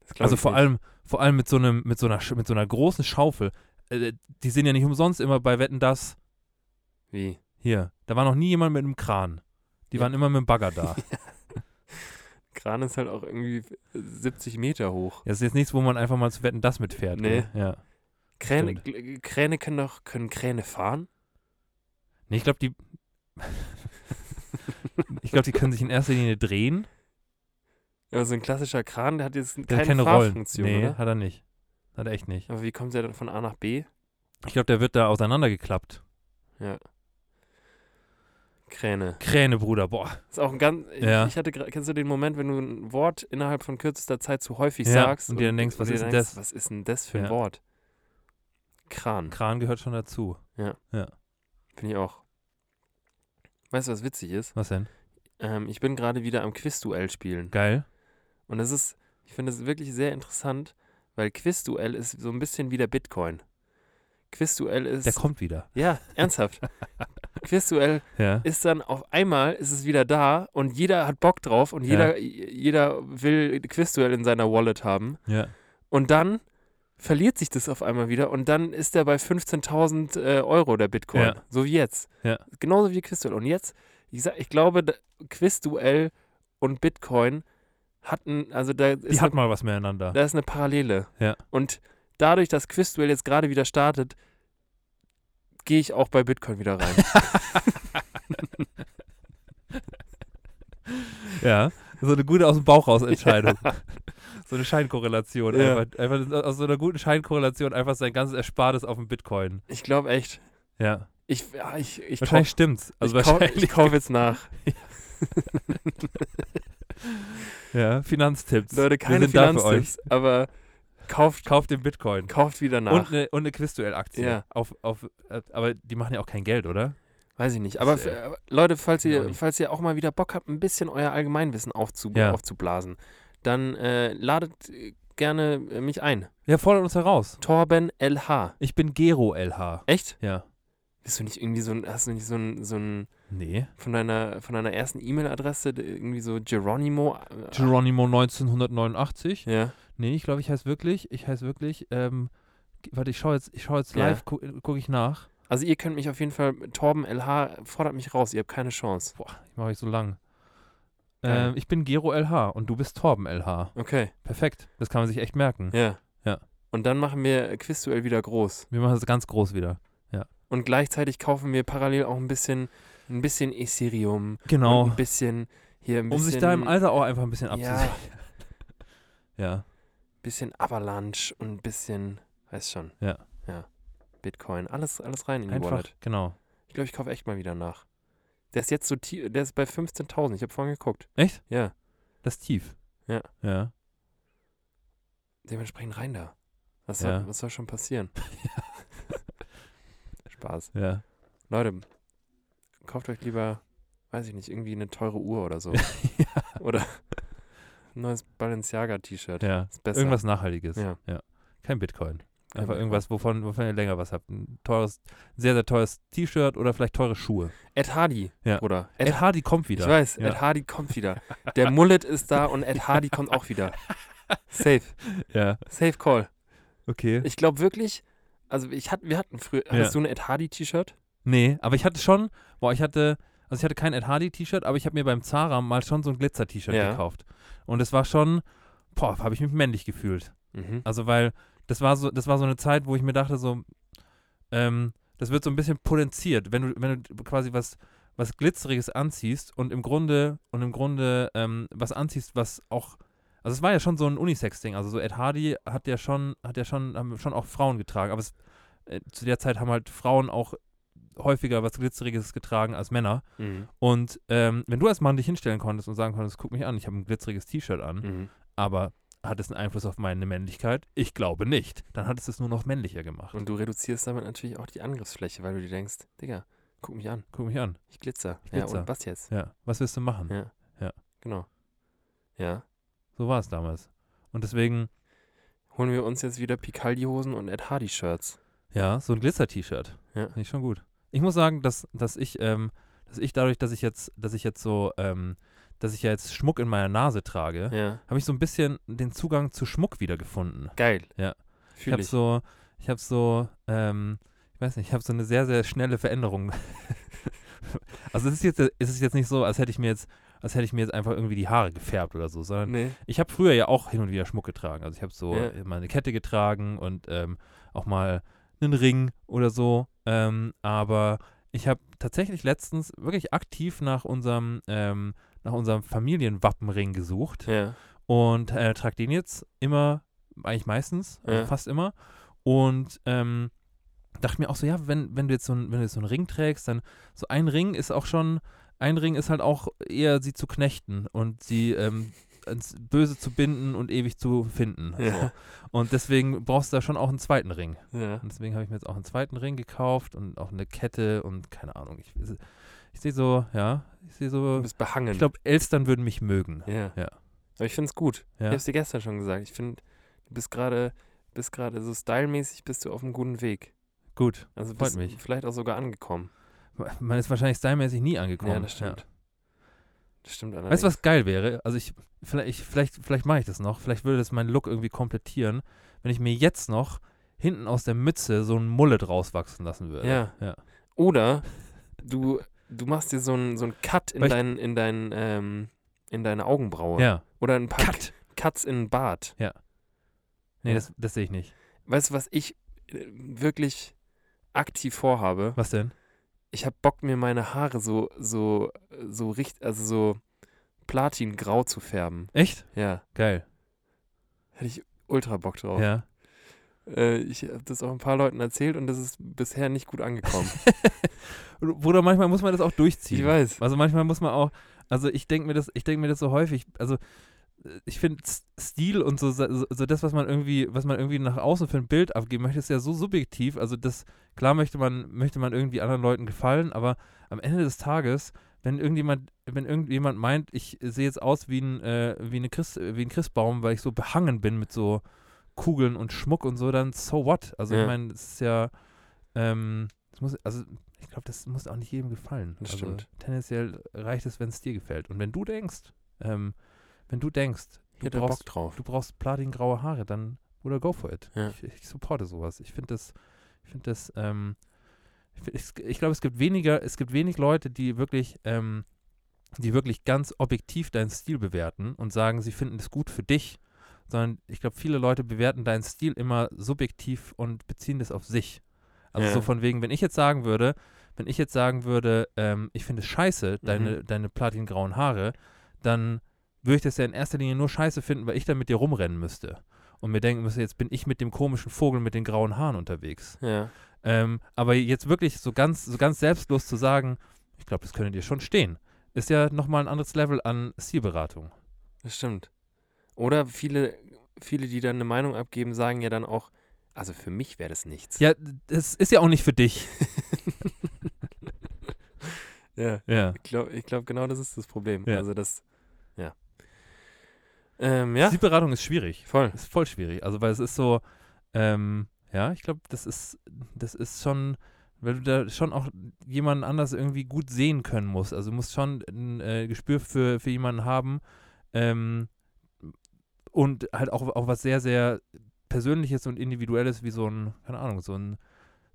C: Das glaub
B: Also
C: ich
B: vor
C: nicht.
B: allem, vor allem mit so einem, mit so einer, Sch- mit so einer großen Schaufel. Äh, die sind ja nicht umsonst immer bei Wetten das
C: Wie?
B: hier. Da war noch nie jemand mit einem Kran. Die
C: Ja.
B: waren immer mit dem Bagger da.
C: Kran ist halt auch irgendwie 70 Meter hoch.
B: Das ist jetzt nichts, wo man einfach mal zu Wetten das mitfährt.
C: Nee.
B: ne? Ja.
C: Kräne, Gl- Kräne können doch, können Kräne fahren?
B: Nee, ich glaube, die. ich glaube, die können sich in erster Linie drehen.
C: Aber so ein klassischer Kran, der hat jetzt keine,
B: Der hat keine Rollen.
C: Fahrfunktion,
B: Nee,
C: oder?
B: hat er nicht. Hat er echt nicht.
C: Aber wie kommt der dann von A nach B?
B: Ich glaube, der wird da auseinandergeklappt.
C: Kräne.
B: Kräne, Bruder, boah.
C: Ist auch ein ganz. Ich,
B: Ja.
C: ich hatte gra- kennst du den Moment, wenn du ein Wort innerhalb von kürzester Zeit zu häufig
B: Ja,
C: sagst
B: und dir dann denkst, was
C: dir
B: ist denn das?
C: Was ist denn das für ein
B: Ja.
C: Wort? Kran,
B: Kran gehört schon dazu.
C: finde ich auch. Weißt du, was witzig ist?
B: Was denn?
C: Ähm, ich bin gerade wieder am Quizduell spielen.
B: Geil.
C: Und das ist, ich finde das wirklich sehr interessant, weil Quizduell ist so ein bisschen wie der Bitcoin. Quizduell ist.
B: Der kommt wieder.
C: ja, ernsthaft. Quizduell
B: Ja.
C: ist dann auf einmal ist es wieder da und jeder hat Bock drauf und jeder, jeder will Quizduell in seiner Wallet haben.
B: Ja.
C: Und dann verliert sich das auf einmal wieder und dann ist er bei 15.000 äh, Euro der Bitcoin.
B: Ja.
C: So wie jetzt.
B: Ja.
C: Genauso wie Quizduell. Und jetzt, ich, sag, ich glaube, da- Quizduell und Bitcoin hatten, also da
B: Die
C: ist,
B: hat
C: eine,
B: mal was miteinander.
C: da ist eine Parallele.
B: Ja.
C: Und dadurch, dass Quizduell jetzt gerade wieder startet, gehe ich auch bei Bitcoin wieder rein.
B: Ja. So eine gute aus dem Bauch raus Entscheidung. So eine Scheinkorrelation.
C: Ja.
B: Einfach, einfach aus so einer guten Scheinkorrelation einfach sein ganzes Erspartes auf dem Bitcoin.
C: ich glaube echt.
B: Ja.
C: Ich, ja, ich, ich
B: wahrscheinlich stimmt's. Also
C: ich, kau
B: wahrscheinlich.
C: ich kaufe jetzt nach.
B: Ja. Finanztipps.
C: Leute, keine
B: Wir sind da für
C: Finanztipps, aber kauft,
B: euch. Kauft den Bitcoin.
C: kauft wieder nach.
B: Und eine, und eine Quizduell-Aktie.
C: Ja.
B: Auf, auf, äh, aber die machen ja auch kein Geld, oder?
C: Weiß ich nicht. Aber
B: Ist,
C: f- äh, Leute, falls
B: ja, auch
C: ihr,
B: nicht.
C: falls ihr auch mal wieder Bock habt, ein bisschen euer Allgemeinwissen aufzu
B: Ja.
C: aufzublasen, dann äh, ladet äh, gerne äh, mich ein.
B: Ja, fordert uns heraus.
C: Torben LH.
B: Ich bin Gero LH.
C: Echt?
B: Ja.
C: Bist du nicht irgendwie so ein, hast du nicht so ein, so ein
B: Nee.
C: von deiner, von deiner ersten E-Mail-Adresse d- irgendwie so Geronimo? äh,
B: Geronimo 1989.
C: Ja.
B: Nee, ich glaube, ich heiße wirklich, ich heiße wirklich, ähm, g- warte, ich schaue jetzt, ich schaue jetzt
C: Ja.
B: live, gucke guck ich nach.
C: Also ihr könnt mich auf jeden Fall, Torben LH fordert mich raus, ihr habt keine Chance.
B: Boah, ich mache ich so lang.
C: Geil.
B: Ähm, ich bin Gero LH und du bist Torben LH.
C: Okay,
B: Perfekt, das kann man sich echt merken.
C: ja.
B: Ja.
C: Und dann machen wir Quizduell wieder groß.
B: Wir machen das ganz groß wieder.
C: Und gleichzeitig kaufen wir parallel auch ein bisschen, ein bisschen Ethereum.
B: Genau,
C: Und ein bisschen hier ein
B: um
C: bisschen.
B: sich da im Alter auch einfach ein bisschen
C: Ja,
B: abzusichern. Ja.
C: bisschen Avalanche und ein bisschen, weiß schon.
B: Ja.
C: Ja. Bitcoin, alles, alles rein in die
B: einfach,
C: Wallet.
B: genau.
C: Ich glaube, ich kaufe echt mal wieder nach. Der ist jetzt so tief, der ist bei 15.000. Ich habe vorhin geguckt.
B: Echt?
C: Ja.
B: Das Tief.
C: Ja.
B: Ja.
C: Dementsprechend rein da. Was,
B: Ja.
C: soll, was soll schon passieren? Spaß.
B: Ja.
C: Leute, kauft euch lieber, weiß ich nicht, irgendwie eine teure Uhr oder so. Oder ein neues Balenciaga-T-Shirt.
B: Ja.
C: Ist besser.
B: Irgendwas Nachhaltiges.
C: Ja.
B: Kein Bitcoin.
C: Kein
B: Einfach
C: Bitcoin.
B: irgendwas, wovon, wovon ihr länger was habt. Ein teures, sehr, sehr teures T-Shirt oder vielleicht teure Schuhe.
C: Ed Hardy,
B: Ja.
C: Bruder. Ed,
B: Ed Hardy kommt wieder.
C: ich weiß,
B: Ja.
C: Ed Hardy kommt wieder. Der Mullet ist da und Ed Hardy kommt auch wieder. Safe.
B: Ja,
C: Safe Call.
B: okay.
C: Ich glaube wirklich, also ich hat, wir hatten früher, hattest du ein Ed Hardy-T-Shirt?
B: Nee, aber ich hatte schon, boah, ich hatte, also ich hatte kein Ed Hardy T-Shirt, aber ich habe mir beim Zara mal schon so ein Glitzer T-Shirt
C: Ja.
B: gekauft. Und es war schon, boah, habe ich mich männlich gefühlt.
C: Mhm.
B: Also weil das war so, das war so eine Zeit, wo ich mir dachte so, ähm, das wird so ein bisschen potenziert, wenn du, wenn du quasi was, was glitzeriges anziehst und im Grunde und im Grunde ähm, was anziehst, was auch, also es war ja schon so ein Unisex-Ding. Also so Ed Hardy hat ja schon, hat ja schon, haben schon auch Frauen getragen, aber es, äh, zu der Zeit haben halt Frauen auch häufiger was glitzeriges getragen als Männer.
C: Mhm.
B: Und ähm, wenn du als Mann dich hinstellen konntest und sagen konntest, guck mich an, ich habe ein glitzeriges T-Shirt an,
C: Mhm.
B: aber hat es einen Einfluss auf meine Männlichkeit? Ich glaube nicht. Dann hat es es nur noch männlicher gemacht.
C: Und du reduzierst damit natürlich auch die Angriffsfläche, weil du dir denkst, Digga, guck mich an,
B: Guck mich an.
C: ich glitzer. Ja,
B: glitzer.
C: und was jetzt?
B: Ja. Was willst du machen?
C: Ja.
B: Ja.
C: Genau. Ja.
B: So war es damals. Und deswegen,
C: Holen wir uns jetzt wieder Picaldi-Hosen und Ed Hardy-Shirts.
B: ja, so ein Glitzer-T-Shirt.
C: Ja.
B: Finde ich schon gut. Ich muss sagen, dass, dass ich, ähm, dass ich dadurch, dass ich jetzt, dass ich jetzt so, ähm, dass ich ja jetzt Schmuck in meiner Nase trage,
C: Ja.
B: habe ich so ein bisschen den Zugang zu Schmuck wiedergefunden.
C: Geil.
B: Ja. Ich
C: Fühl
B: habe
C: ich.
B: so, ich habe so, ähm, ich weiß nicht, ich habe so eine sehr, sehr schnelle Veränderung. also es ist jetzt, es ist jetzt nicht so, als hätte ich mir jetzt, als hätte ich mir jetzt einfach irgendwie die Haare gefärbt oder so, sondern
C: nee.
B: ich habe früher ja auch hin und wieder Schmuck getragen. Also ich habe so
C: Mhm. Ja.
B: mal eine Kette getragen und ähm, auch mal einen Ring oder so. Ähm, aber ich habe tatsächlich letztens wirklich aktiv nach unserem, ähm, nach unserem Familienwappenring gesucht
C: Ja.
B: und äh, trage den jetzt immer, eigentlich meistens, also
C: Ja.
B: fast immer. Und ähm, dachte mir auch so, ja, wenn, wenn du jetzt so einen, wenn du jetzt so einen Ring trägst, dann so ein Ring ist auch schon, ein Ring ist halt auch eher sie zu knechten und sie ähm, ins Böse zu binden und ewig zu finden. So.
C: Ja.
B: Und deswegen brauchst du da schon auch einen zweiten Ring.
C: Ja.
B: Und deswegen habe ich mir jetzt auch einen zweiten Ring gekauft und auch eine Kette und keine Ahnung. Ich, ich sehe so, ja, ich sehe
C: Du
B: so,
C: bist behangen.
B: ich glaube, Elstern würden mich mögen.
C: ja.
B: Ja.
C: Aber ich finde es gut. Ich
B: Ja.
C: habe es dir gestern schon gesagt. Ich finde, du bist gerade bist gerade so stylmäßig bist du auf einem guten Weg.
B: Gut.
C: Also
B: Freut
C: bist
B: mich.
C: vielleicht auch sogar angekommen.
B: Man ist wahrscheinlich stylmäßig nie angekommen.
C: Ja, das stimmt. Das stimmt allerdings.
B: Weißt du, was geil wäre? Also ich, vielleicht, ich, vielleicht, vielleicht mache ich das noch. Vielleicht würde das meinen Look irgendwie komplettieren, wenn ich mir jetzt noch hinten aus der Mütze so ein Mullet rauswachsen lassen würde.
C: Ja.
B: ja.
C: Oder du, du machst dir so einen so einen Cut in
B: Weil ich-
C: deinen in deinen ähm, in deine Augenbraue.
B: Ja.
C: Oder ein paar
B: Cut.
C: Cuts in den Bart.
B: Nee,
C: Ja.
B: das, das sehe ich nicht.
C: Weißt du, was ich äh, wirklich aktiv vorhabe?
B: Was denn?
C: Ich habe Bock mir meine Haare so so so richt also so platingrau zu färben.
B: Echt?
C: Ja,
B: Geil.
C: hätte ich ultra Bock drauf.
B: Ja.
C: Äh, ich habe das auch ein paar Leuten erzählt und das ist bisher nicht gut angekommen.
B: Bruder, manchmal muss man das auch durchziehen.
C: ich weiß.
B: Also manchmal muss man auch, also ich denke mir das, ich denke mir das so häufig, also äh, ich finde S- Stil und so, so, so das, was man irgendwie, was man irgendwie nach außen für ein Bild abgeben möchte, ist ja so subjektiv. Also das, klar möchte man, möchte man irgendwie anderen Leuten gefallen, aber am Ende des Tages, wenn irgendjemand, wenn irgendjemand meint, ich sehe jetzt aus wie ein, äh, wie, eine Christ, äh, wie ein Christbaum, weil ich so behangen bin mit so Kugeln und Schmuck und so, dann so what? Also ich
C: Ja.
B: meine, es ist ja, ähm, das muss, also ich glaube, das muss auch nicht jedem gefallen.
C: Das
B: also,
C: stimmt.
B: Tendenziell reicht es, wenn es dir gefällt. Und wenn du denkst, ähm, wenn du denkst,
C: Ich
B: du
C: hätte Bock
B: brauchst,
C: drauf.
B: du brauchst platingraue Haare, dann oder go for it.
C: Genau. Ja.
B: Ich, ich supporte sowas. Ich finde das, ich finde das, ähm, ich, find- ich, ich glaube, es gibt weniger, es gibt wenig Leute, die wirklich, ähm, die wirklich ganz objektiv deinen Stil bewerten und sagen, sie finden es gut für dich, sondern ich glaube, viele Leute bewerten deinen Stil immer subjektiv und beziehen das auf sich. Also
C: Ja.
B: so von wegen, wenn ich jetzt sagen würde, wenn ich jetzt sagen würde, ähm, ich finde es scheiße, deine, deine platingrauen Haare, dann würde ich das ja in erster Linie nur scheiße finden, weil ich dann mit dir rumrennen müsste. Und mir denken müsste, jetzt bin ich mit dem komischen Vogel mit den grauen Haaren unterwegs.
C: Ja.
B: Ähm, aber jetzt wirklich so ganz, so ganz selbstlos zu sagen, ich glaube, das könnte dir schon stehen, ist ja nochmal ein anderes Level an Zielberatung.
C: Das stimmt. Oder viele, viele, die dann eine Meinung abgeben, sagen ja dann auch, also für mich wäre das nichts.
B: Ja, das ist ja auch nicht für dich.
C: Ja.
B: Ja.
C: Ich glaube, ich glaub, genau das ist das Problem.
B: Ja.
C: Also das, ja. Ähm, ja,
B: Zielberatung ist schwierig.
C: voll.
B: Ist voll schwierig. Also, weil es ist so, ähm, ja, ich glaube, das ist, das ist schon, weil du da schon auch jemanden anders irgendwie gut sehen können musst. Also, du musst schon ein äh, Gespür für, für jemanden haben ähm, und halt auch, auch was sehr, sehr Persönliches und Individuelles, wie so ein, keine Ahnung, so ein,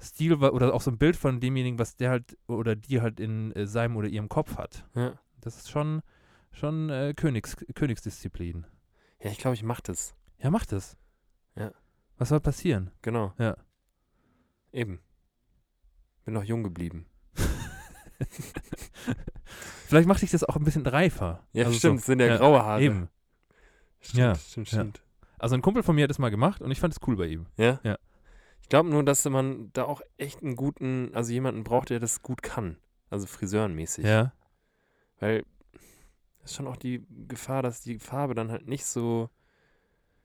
B: Stil wa- oder auch so ein Bild von demjenigen, was der halt oder die halt in äh, seinem oder ihrem Kopf hat.
C: Ja.
B: Das ist schon, schon äh, Königs, Königsdisziplin.
C: Ja, ich glaube, ich mache das.
B: Ja, macht es.
C: Ja.
B: Was soll passieren?
C: Genau.
B: Ja.
C: Eben. Bin noch jung geblieben.
B: Vielleicht macht dich das auch ein bisschen reifer.
C: Ja,
B: Also so,
C: stimmt. es sind ja,
B: ja,
C: graue Haare.
B: Eben.
C: Stimmt,
B: Ja,
C: stimmt,
B: ja.
C: stimmt.
B: Also ein Kumpel von mir hat das mal gemacht und ich fand es cool bei ihm.
C: Ja?
B: Ja.
C: Ich glaube nur, dass man da auch echt einen guten, also jemanden braucht, der das gut kann. Also friseurenmäßig.
B: Ja.
C: Weil ist schon auch die Gefahr, dass die Farbe dann halt nicht so.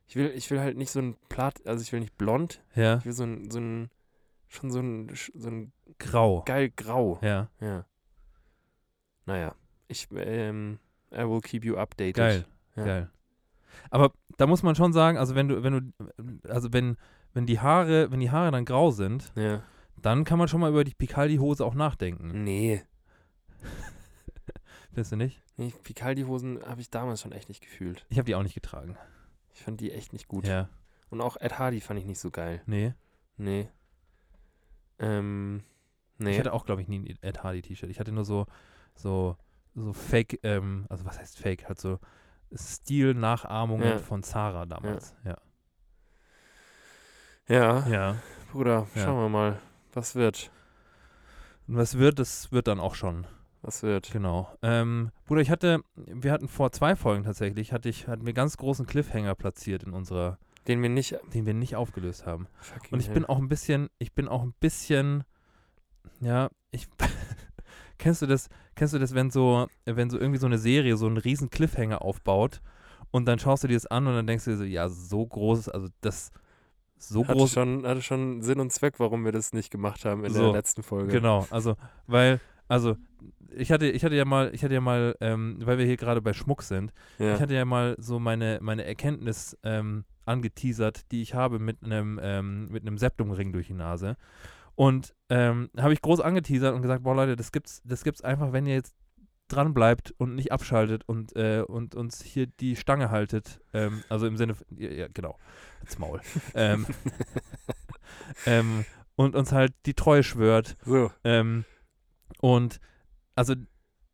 C: Ich will, ich will halt nicht so ein Plat, also ich will nicht blond,
B: Ja.
C: ich will so ein, so ein schon so ein, so ein
B: Grau.
C: geil grau.
B: Ja.
C: Ja. Naja, ich, ähm, I will keep you updated.
B: Geil.
C: Ja.
B: Geil. Aber da muss man schon sagen, also wenn du, wenn du, also wenn, wenn die Haare, wenn die Haare dann grau sind,
C: Ja.
B: dann kann man schon mal über die Picaldi-Hose auch nachdenken.
C: Nee.
B: Findest du nicht?
C: nee Picaldi-Hosen habe ich damals schon echt nicht gefühlt.
B: Ich habe die auch nicht getragen.
C: Ich fand die echt nicht gut.
B: Ja.
C: Und auch Ed Hardy fand ich nicht so geil.
B: Nee.
C: Nee. Ähm,
B: Ich
C: nee.
B: hatte auch, glaube ich, nie ein Ed Hardy-T-Shirt. Ich hatte nur so, so, so Fake, ähm, also was heißt Fake? Halt so Stil-Nachahmungen
C: Ja.
B: von Zara damals. Ja.
C: Ja,
B: Ja.
C: Bruder,
B: Ja.
C: schauen wir mal, was wird.
B: Und was wird, das wird dann auch schon.
C: Was wird.
B: Genau. Ähm, Bruder, ich hatte, wir hatten vor zwei Folgen tatsächlich, hatte ich, hatten wir ganz großen Cliffhanger platziert in unserer,
C: Den wir nicht. äh,
B: den wir nicht aufgelöst haben.
C: Fucking
B: Und ich
C: hell.
B: bin auch ein bisschen, ich bin auch ein bisschen, ja, ich, kennst du das, kennst du das, wenn so, wenn so irgendwie so eine Serie so einen riesen Cliffhanger aufbaut und dann schaust du dir das an und dann denkst du dir so, ja, so groß, ist- also das, so
C: Hatte
B: groß
C: schon, hatte schon Sinn und Zweck, warum wir das nicht gemacht haben in
B: So,
C: der letzten Folge.
B: Genau, also, weil, also, ich hatte, ich hatte ja mal, ich hatte ja mal, ähm, weil wir hier gerade bei Schmuck sind,
C: Ja.
B: ich hatte ja mal so meine, meine Erkenntnis ähm, angeteasert, die ich habe mit einem, ähm, mit einem Septumring durch die Nase. Und ähm, habe ich groß angeteasert und gesagt, boah Leute, das gibt's, das gibt's einfach, wenn ihr jetzt dran bleibt und nicht abschaltet und, äh, und uns hier die Stange haltet. Ähm, also im Sinne, f- ja, ja genau, ins Maul. ähm, ähm, und uns halt die Treue schwört
C: So,
B: ähm, und also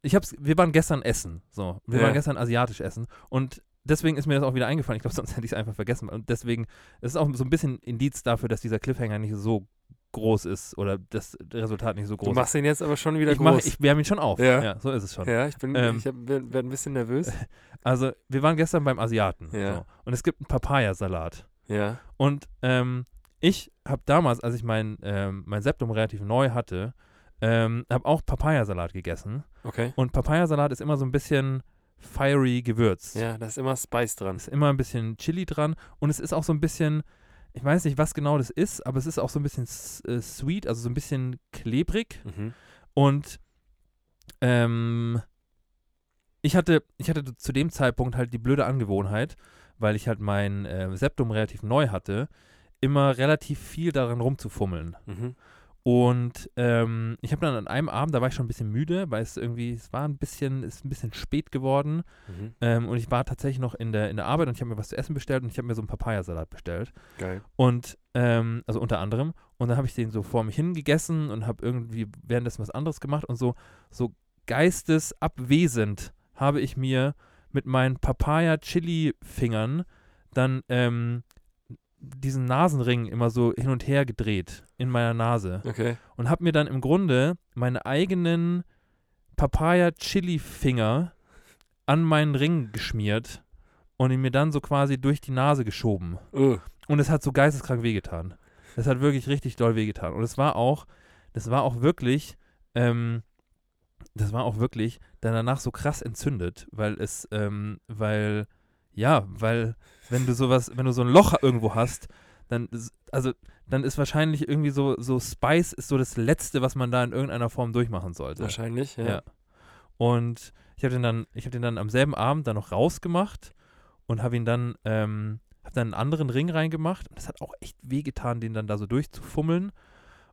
B: ich hab's, wir waren gestern essen, so. Wir
C: Ja.
B: waren gestern asiatisch essen und deswegen ist mir das auch wieder eingefallen. Ich glaube, sonst hätte ich es einfach vergessen. Und deswegen es ist auch so ein bisschen Indiz dafür, dass dieser Cliffhanger nicht so groß ist oder das Resultat nicht so groß
C: du machst den jetzt aber schon
B: ist.
C: wieder
B: Ich, mach,
C: groß.
B: ich wärme ihn schon auf.
C: Ja.
B: so ist es schon.
C: ja, ich bin,
B: Ähm.
C: ich werde ein bisschen nervös.
B: Also, wir waren gestern beim Asiaten.
C: Ja.
B: So. Und es gibt einen Papaya-Salat.
C: Ja,
B: Und ähm, ich habe damals, als ich mein, ähm, mein Septum relativ neu hatte, ähm, habe auch Papayasalat gegessen.
C: okay.
B: Und Papayasalat ist immer so ein bisschen fiery gewürzt.
C: Ja, da ist immer Spice dran.
B: Ist immer ein bisschen Chili dran und es ist auch so ein bisschen, ich weiß nicht, was genau das ist, aber es ist auch so ein bisschen s- äh, sweet, also so ein bisschen klebrig.
C: Mhm.
B: Und ähm, ich hatte, ich hatte zu dem Zeitpunkt halt die blöde Angewohnheit, weil ich halt mein äh, Septum relativ neu hatte, immer relativ viel daran rumzufummeln.
C: Mhm.
B: Und ähm, ich habe dann an einem Abend, da war ich schon ein bisschen müde, weil es irgendwie, es war ein bisschen, ist ein bisschen spät geworden.
C: Mhm.
B: Ähm, und ich war tatsächlich noch in der, in der Arbeit und ich habe mir was zu essen bestellt und ich habe mir so einen Papayasalat bestellt.
C: Geil.
B: Und, ähm, also unter anderem. Und dann habe ich den so vor mich hingegessen und habe irgendwie währenddessen was anderes gemacht und so, so geistesabwesend habe ich mir mit meinen Papaya-Chili-Fingern dann ähm, diesen Nasenring immer so hin und her gedreht in meiner Nase
C: Okay.
B: und habe mir dann im Grunde meine eigenen Papaya-Chili-Finger an meinen Ring geschmiert und ihn mir dann so quasi durch die Nase geschoben.
C: Uh,
B: Und es hat so geisteskrank wehgetan. Es hat wirklich richtig doll wehgetan. Und es war auch, das war auch wirklich, ähm, das war auch wirklich dann danach so krass entzündet, weil es, ähm, weil, ja, weil, wenn du sowas, wenn du so ein Loch irgendwo hast, dann, ist- also, dann ist wahrscheinlich irgendwie so, so Spice ist so das Letzte, was man da in irgendeiner Form durchmachen sollte.
C: wahrscheinlich, ja.
B: Ja. Und ich habe den dann, ich habe den dann am selben Abend dann noch rausgemacht und habe ihn dann, ähm, habe dann einen anderen Ring reingemacht. Und das hat auch echt wehgetan, den dann da so durchzufummeln.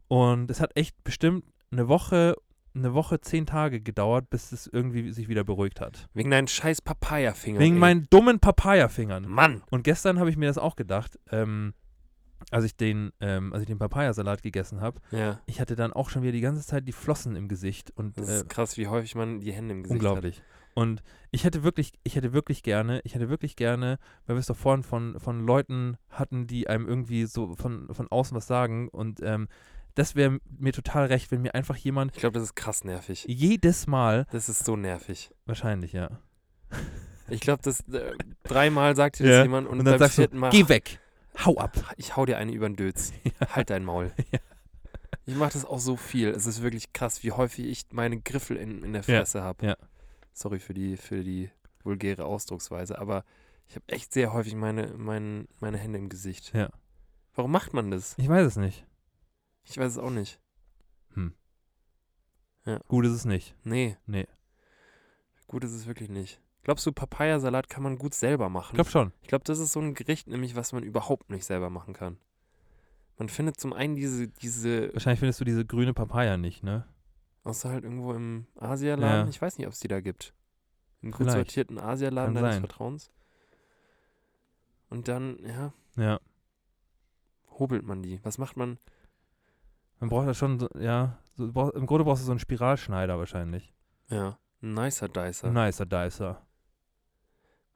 B: Und es hat echt bestimmt eine Woche, eine Woche, zehn Tage gedauert, bis es irgendwie sich wieder beruhigt hat.
C: Wegen deinen scheiß Papaya-Fingern.
B: Wegen
C: ey.
B: meinen dummen Papaya-Fingern.
C: Mann.
B: Und gestern habe ich mir das auch gedacht. Ähm, als ich den, ähm, als ich den Papayasalat gegessen habe,
C: Ja.
B: ich hatte dann auch schon wieder die ganze Zeit die Flossen im Gesicht und
C: Das
B: äh,
C: ist krass, wie häufig man die Hände im Gesicht
B: unglaublich. Und ich hätte wirklich, ich hätte wirklich gerne, ich hätte wirklich gerne, weil wir es doch vorhin von, von Leuten hatten, die einem irgendwie so von, von außen was sagen und ähm, das wäre mir total recht, wenn mir einfach jemand
C: hat. Ich glaube, das ist krass nervig.
B: jedes Mal,
C: Das ist so nervig.
B: wahrscheinlich, ja.
C: Ich glaube, das äh, dreimal sagt dir das
B: Ja,
C: jemand und,
B: Und dann
C: beim
B: sagst du,
C: vierten Mal,
B: geh weg, hau ab.
C: ich hau dir eine über den Dötz. Halt dein Maul. Ich mache das auch so viel. Es ist wirklich krass, wie häufig ich meine Griffel in, in der
B: Ja,
C: Fresse habe.
B: ja.
C: Sorry für die, für die vulgäre Ausdrucksweise, aber ich habe echt sehr häufig meine, mein, meine Hände im Gesicht.
B: Ja.
C: Warum macht man das?
B: Ich weiß es nicht.
C: Ich weiß es auch nicht.
B: Gut ist es nicht.
C: Nee.
B: Nee.
C: Gut ist es wirklich nicht. Glaubst du, Papayasalat kann man gut selber machen?
B: Ich glaube schon.
C: Ich glaube, das ist so ein Gericht, nämlich was man überhaupt nicht selber machen kann. Man findet zum einen diese, diese
B: Wahrscheinlich findest du diese grüne Papaya nicht, ne?
C: außer halt irgendwo im Asialaden,
B: Ja.
C: ich weiß nicht, ob es die da gibt. Im gut
B: Vielleicht.
C: sortierten Asialaden
B: Kann
C: deines
B: sein.
C: Vertrauens. Und dann, ja,
B: Ja.
C: hobelt man die. Was macht man?
B: Man braucht ja schon, so, ja, so, du brauchst- im Grunde brauchst du so einen Spiralschneider wahrscheinlich.
C: Ja, ein nicer Dicer.
B: Nicer Dicer.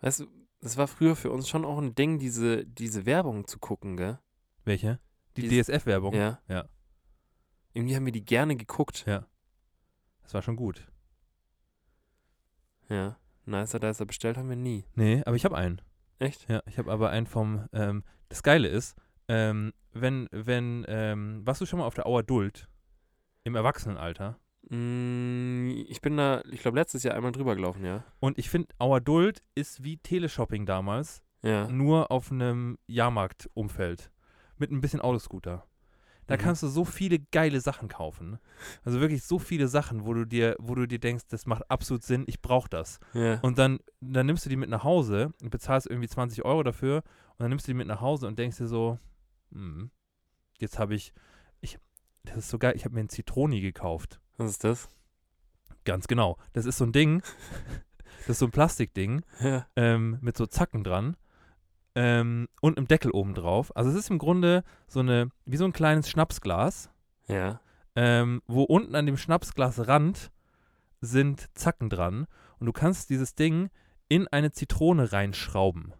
C: Weißt du, das war früher für uns schon auch ein Ding, diese, diese Werbung zu gucken, gell?
B: Welche? Die
C: Diese-
B: DSF-Werbung.
C: Ja.
B: Oh, Ja.
C: Irgendwie haben wir die gerne geguckt.
B: Das war schon gut.
C: Ja. Nicer Dicer bestellt haben wir nie.
B: Nee, aber ich habe einen.
C: Echt?
B: Ja, ich habe aber einen vom, ähm, das Geile ist, ähm, wenn, wenn, ähm, warst du schon mal auf der Auer Duld? Im Erwachsenenalter?
C: Mm, Ich bin da, ich glaube, letztes Jahr einmal drüber gelaufen, ja.
B: Und ich finde, Auer Duld ist wie Teleshopping damals.
C: Ja.
B: nur auf einem Jahrmarktumfeld mit ein bisschen Autoscooter. Da
C: Mhm.
B: kannst du so viele geile Sachen kaufen. Also wirklich so viele Sachen, wo du dir, wo du dir denkst, das macht absolut Sinn, ich brauche das.
C: ja.
B: Und dann, dann nimmst du die mit nach Hause und bezahlst irgendwie 20 Euro dafür und dann nimmst du die mit nach Hause und denkst dir so, hm, jetzt habe ich, ich, das ist so geil, ich habe mir einen Zitroni gekauft.
C: Was ist das?
B: Ganz genau. Das ist so ein Ding, das ist so ein Plastikding
C: Ja.
B: ähm, mit so Zacken dran ähm, und einem Deckel oben drauf. Also es ist im Grunde so eine, wie so ein kleines Schnapsglas,
C: Ja.
B: ähm, wo unten an dem Schnapsglasrand sind Zacken dran und du kannst dieses Ding in eine Zitrone reinschrauben.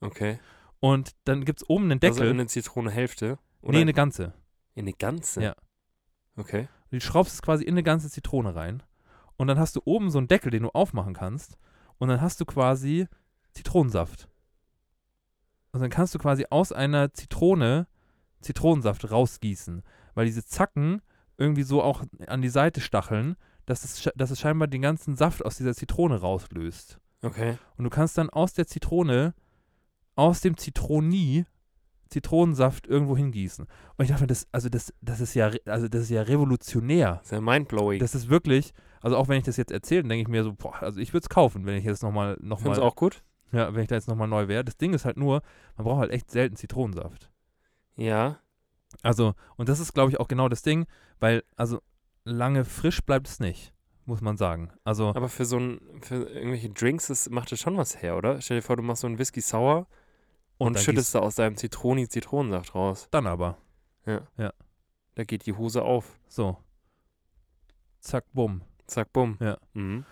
C: Okay.
B: Und dann gibt es oben einen
C: Deckel. Also
B: Deckel.
C: in eine Zitronenhälfte?
B: nee, eine ganze.
C: in eine ganze?
B: Ja.
C: Okay.
B: Du schraubst es quasi in eine ganze Zitrone rein. Und dann hast du oben so einen Deckel, den du aufmachen kannst. Und dann hast du quasi Zitronensaft. Und dann kannst du quasi aus einer Zitrone Zitronensaft rausgießen. Weil diese Zacken irgendwie so auch an die Seite stacheln, dass es, sche- dass es scheinbar den ganzen Saft aus dieser Zitrone rauslöst.
C: Okay.
B: Und du kannst dann aus der Zitrone, aus dem Zitroni, Zitronensaft irgendwo hingießen. Und ich dachte mir, das, also das, das ist ja, re- also das ist ja revolutionär.
C: Sehr mindblowing.
B: Das ist wirklich, also auch wenn ich das jetzt erzähle, dann denke ich mir so, boah, also ich würde es kaufen, wenn ich jetzt nochmal, noch
C: Findest
B: mal,
C: du auch gut?
B: ja, wenn ich da jetzt nochmal neu wäre. Das Ding ist halt nur, man braucht halt echt selten Zitronensaft.
C: Ja.
B: Also, und das ist, glaube ich, auch genau das Ding, weil, also, lange frisch bleibt es nicht, muss man sagen. Also,
C: Aber für so ein, für irgendwelche Drinks das macht das schon was her, oder? Stell dir vor, du machst so einen Whisky Sour und,
B: dann gießt
C: schüttest da aus deinem Zitroni Zitronensaft raus.
B: dann aber.
C: Da geht die Hose auf.
B: So. Zack, bumm.
C: Zack, bumm.
B: Ja.
C: Mhm.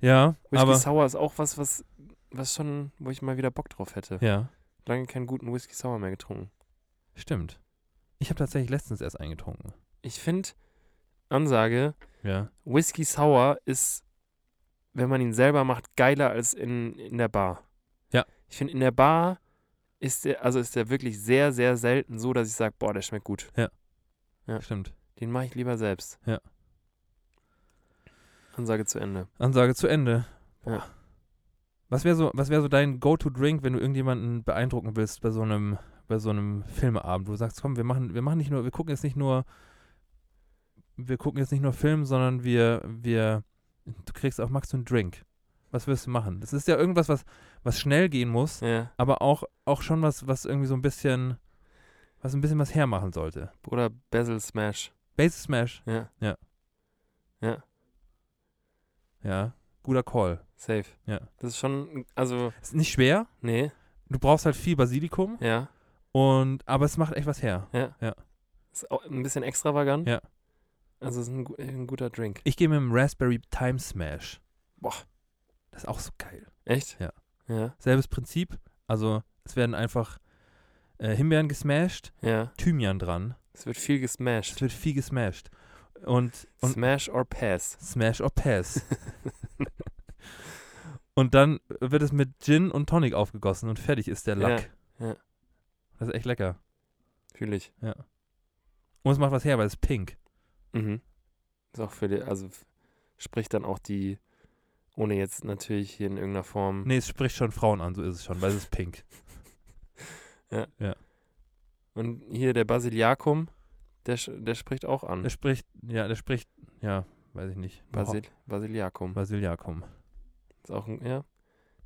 B: Ja,
C: Whisky
B: aber,
C: Sour ist auch was, was, was schon, wo ich mal wieder Bock drauf hätte.
B: ja,
C: Lange keinen guten Whisky Sour mehr getrunken.
B: stimmt. Ich habe tatsächlich letztens erst eingetrunken.
C: Ich finde, Ansage,
B: Ja.
C: Whisky Sour ist, wenn man ihn selber macht, geiler als in, in der Bar.
B: Ja.
C: Ich finde, in der Bar ist der, also ist der wirklich sehr, sehr selten so, dass ich sage, boah, der schmeckt gut. Ja.
B: Stimmt.
C: Den mache ich lieber selbst.
B: Ja.
C: Ansage zu Ende.
B: Ansage zu Ende.
C: Ja.
B: Boah. Was wäre so, was wäre so dein Go-to-Drink, wenn du irgendjemanden beeindrucken willst bei so einem, bei so einem Filmeabend, wo du sagst, komm, wir machen, wir machen nicht nur, wir gucken jetzt nicht nur, wir gucken jetzt nicht nur Film, sondern wir, wir, du kriegst auch magst du einen Drink. Was wirst du machen? Das ist ja irgendwas, was, was schnell gehen muss,
C: Ja.
B: aber auch, auch schon was, was irgendwie so ein bisschen, was ein bisschen was hermachen sollte.
C: Oder Basil Smash.
B: Base Smash,
C: Ja.
B: ja, guter Call.
C: Safe.
B: Ja.
C: Das ist schon, also,
B: Ist nicht schwer,
C: nee.
B: du brauchst halt viel Basilikum
C: Ja.
B: Und, aber es macht echt was her.
C: Ja.
B: Ja.
C: Ist auch ein bisschen extravagant.
B: Ja.
C: Also ist ein, gu- ein guter Drink.
B: Ich gehe mit dem Raspberry Time Smash.
C: Boah.
B: Das ist auch so geil.
C: Echt?
B: Ja.
C: Ja.
B: Selbes Prinzip. Also, es werden einfach äh, Himbeeren gesmashed,
C: Ja.
B: Thymian dran.
C: Es wird viel
B: Es
C: gesmashed.
B: wird viel gesmashed. Und, und
C: Smash or pass.
B: Smash or Pass. und dann wird es mit Gin und Tonic aufgegossen und fertig ist der
C: Ja,
B: Lack.
C: ja.
B: Das ist echt lecker.
C: Fühle ich.
B: Und es macht was her, weil es ist pink.
C: Mhm. Ist auch für die, also f- spricht dann auch die, ohne jetzt natürlich hier in irgendeiner Form.
B: Nee, es spricht schon Frauen an, so ist es schon, weil es ist pink.
C: Und hier der Basiliakum, der, sch- der spricht auch an.
B: Der spricht, ja, der spricht, ja, weiß ich nicht.
C: Basil, Basiliakum.
B: Basiliakum.
C: Ist auch ein, ja.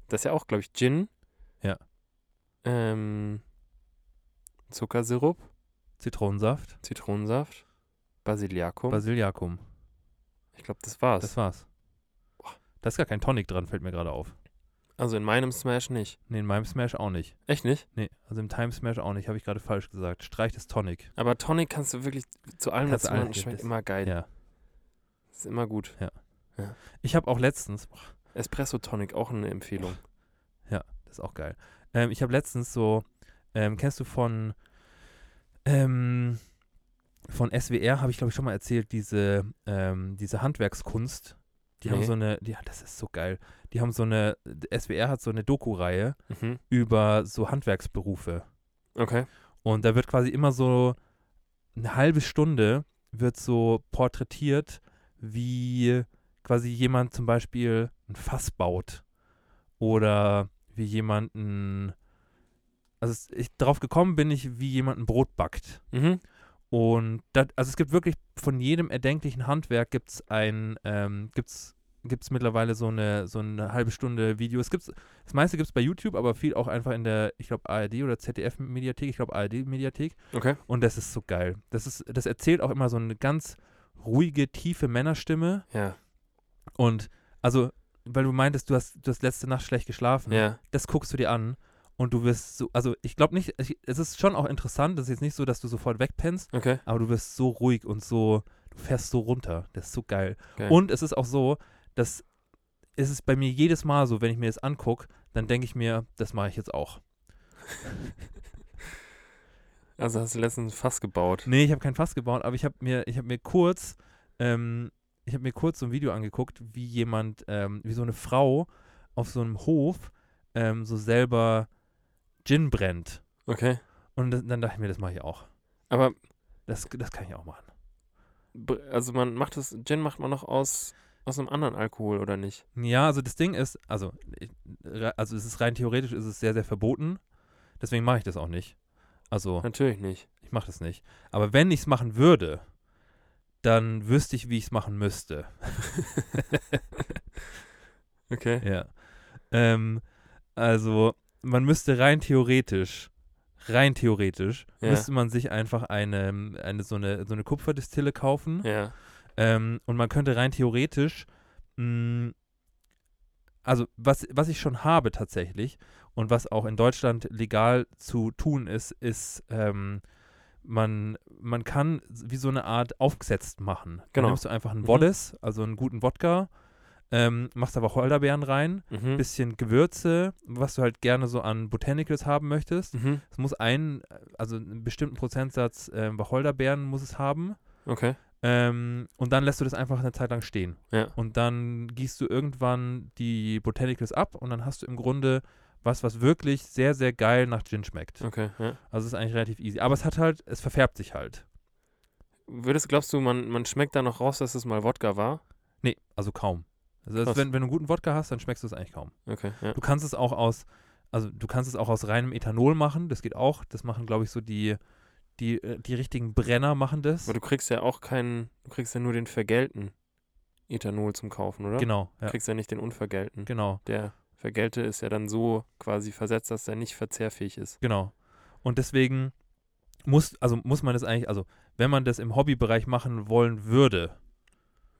C: Das ist ja auch, glaube ich, Gin.
B: Ja.
C: Ähm, Zuckersirup,
B: Zitronensaft.
C: Zitronensaft, Basiliakum.
B: Basiliakum.
C: ich glaube, das war's.
B: Das war's. Da ist gar kein Tonic dran, fällt mir gerade auf.
C: also in meinem Smash nicht.
B: Nee, in meinem Smash auch nicht.
C: Echt nicht?
B: Nee, also im Time Smash auch nicht, habe ich gerade falsch gesagt. Streich das Tonic.
C: Aber Tonic kannst du wirklich zu allem
B: Kannst
C: dazu
B: du
C: machen.
B: alles-
C: Schmeckt
B: das-
C: immer geil.
B: Ja.
C: Ist immer gut.
B: Ich habe auch letztens, boah,
C: Espresso Tonic, auch eine Empfehlung.
B: das ist auch geil. Ähm, ich habe letztens so, ähm, kennst du von, ähm, von SWR, habe ich glaube ich schon mal erzählt, diese, ähm, diese Handwerkskunst. Die haben
C: Nee.
B: so eine, die, das ist so geil. Die haben so eine, SWR hat so eine Doku-Reihe
C: Mhm.
B: über so Handwerksberufe.
C: Okay.
B: Und da wird quasi immer so eine halbe Stunde wird so porträtiert, wie quasi jemand zum Beispiel ein Fass baut oder wie jemanden, also es- ich drauf gekommen bin ich, wie jemand ein Brot backt.
C: Mhm.
B: Und das, also es gibt wirklich von jedem erdenklichen Handwerk gibt es ein, ähm, gibt's, gibt's mittlerweile so eine, so eine halbe Stunde Video. Es gibt's, das meiste gibt es bei YouTube, aber viel auch einfach in der, ich glaube, ARD oder ZDF-Mediathek, ich glaube ARD-Mediathek.
C: Okay.
B: Und das ist so geil. Das ist, das erzählt auch immer so eine ganz ruhige, tiefe Männerstimme.
C: Ja.
B: Und also, weil du meintest, du hast, du hast letzte Nacht schlecht geschlafen
C: Ja.
B: das guckst du dir an und du wirst so, also ich glaube nicht, ich, es ist schon auch interessant, das ist jetzt nicht so, dass du sofort wegpennst,
C: Okay.
B: aber du wirst so ruhig und so, du fährst so runter, das ist so geil.
C: Geil.
B: Und es ist auch so, dass es ist bei mir jedes Mal so, wenn ich mir das angucke, dann denke ich mir, das mache ich jetzt auch.
C: Also hast du letztens ein Fass gebaut.
B: Nee, ich habe kein Fass gebaut, aber ich habe mir, ich habe mir kurz, ähm, ich habe mir kurz so ein Video angeguckt, wie jemand, ähm, wie so eine Frau auf so einem Hof ähm, so selber Gin brennt.
C: Okay.
B: Und das, dann dachte ich mir, das mache ich auch.
C: Aber
B: Das, das kann ich auch machen.
C: b- also man macht das, Gin macht man noch aus, aus einem anderen Alkohol, oder nicht?
B: Ja, also das Ding ist, also, ich- re- also es ist rein theoretisch ist es sehr, sehr verboten. Deswegen mache ich das auch nicht. Also
C: Natürlich nicht.
B: ich mache das nicht. Aber wenn ich es machen würde, dann wüsste ich, wie ich es machen müsste.
C: Okay.
B: Ja. Ähm, also man müsste rein theoretisch, rein theoretisch,
C: Ja.
B: müsste man sich einfach eine, eine, so, eine so eine Kupferdistille kaufen.
C: Ja.
B: Ähm, und man könnte rein theoretisch, mh, also was, was ich schon habe tatsächlich und was auch in Deutschland legal zu tun ist, ist, ähm, man, man kann s- wie so eine Art aufgesetzt machen. Dann
C: Genau.
B: nimmst du einfach einen
C: Mhm.
B: Woddes, also einen guten Wodka, ähm, machst aber Holderbeeren rein,
C: Mhm.
B: bisschen Gewürze, was du halt gerne so an Botanicals haben möchtest.
C: mhm.
B: Es muss ein, also einen bestimmten Prozentsatz äh, Wacholderbeeren muss es haben.
C: Okay.
B: Ähm, und dann lässt du das einfach eine Zeit lang stehen.
C: Ja.
B: Und dann gießt du irgendwann die Botanicals ab und dann hast du im Grunde was, was wirklich sehr, sehr geil nach Gin schmeckt.
C: Okay. Ja.
B: Also es ist eigentlich relativ easy. Aber es hat halt, es verfärbt sich halt.
C: Würdest, glaubst du, man, man schmeckt da noch raus, dass es mal Wodka war?
B: Nee, also kaum. Also das,
C: Krass.
B: wenn, wenn du einen guten Wodka hast, dann schmeckst du es eigentlich kaum.
C: Okay. Ja.
B: Du kannst es auch aus, also du kannst es auch aus reinem Ethanol machen, das geht auch. Das machen, glaube ich, so die, die, äh, die richtigen Brenner machen das.
C: Aber du kriegst ja auch keinen, du kriegst ja nur den vergelten Ethanol zum Kaufen, oder?
B: Genau,
C: Du
B: ja,
C: kriegst ja nicht den unvergelten.
B: genau.
C: Der vergelte ist ja dann so quasi versetzt, dass er nicht verzehrfähig ist.
B: Genau. Und deswegen muss, also muss man das eigentlich, also wenn man das im Hobbybereich machen wollen würde,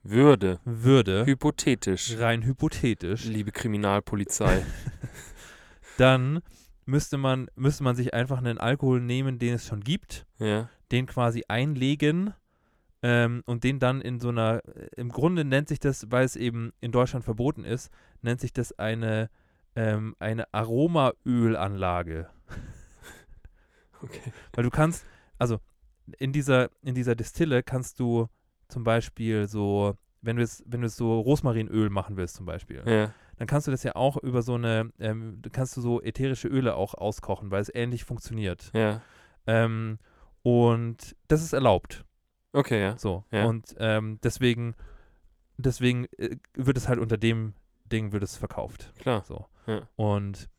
C: Würde.
B: würde,
C: Hypothetisch.
B: rein hypothetisch,
C: Liebe Kriminalpolizei.
B: dann müsste man, müsste man sich einfach einen Alkohol nehmen, den es schon gibt,
C: Ja.
B: den quasi einlegen ähm, und den dann in so einer, äh, im Grunde nennt sich das, weil es eben in Deutschland verboten ist, nennt sich das eine, ähm, eine Aromaölanlage.
C: Okay.
B: Weil du kannst, also in dieser, in dieser Distille kannst du zum Beispiel so, wenn du es, wenn du es so Rosmarinöl machen willst zum Beispiel,
C: Ja.
B: dann kannst du das ja auch über so eine, ähm, du kannst du so ätherische Öle auch auskochen, weil es ähnlich funktioniert.
C: Ja.
B: Ähm, und das ist erlaubt.
C: Okay, ja.
B: So.
C: Ja.
B: Und ähm, deswegen, deswegen äh, wird es halt unter dem Ding wird es verkauft.
C: Klar.
B: So.
C: Ja.
B: Und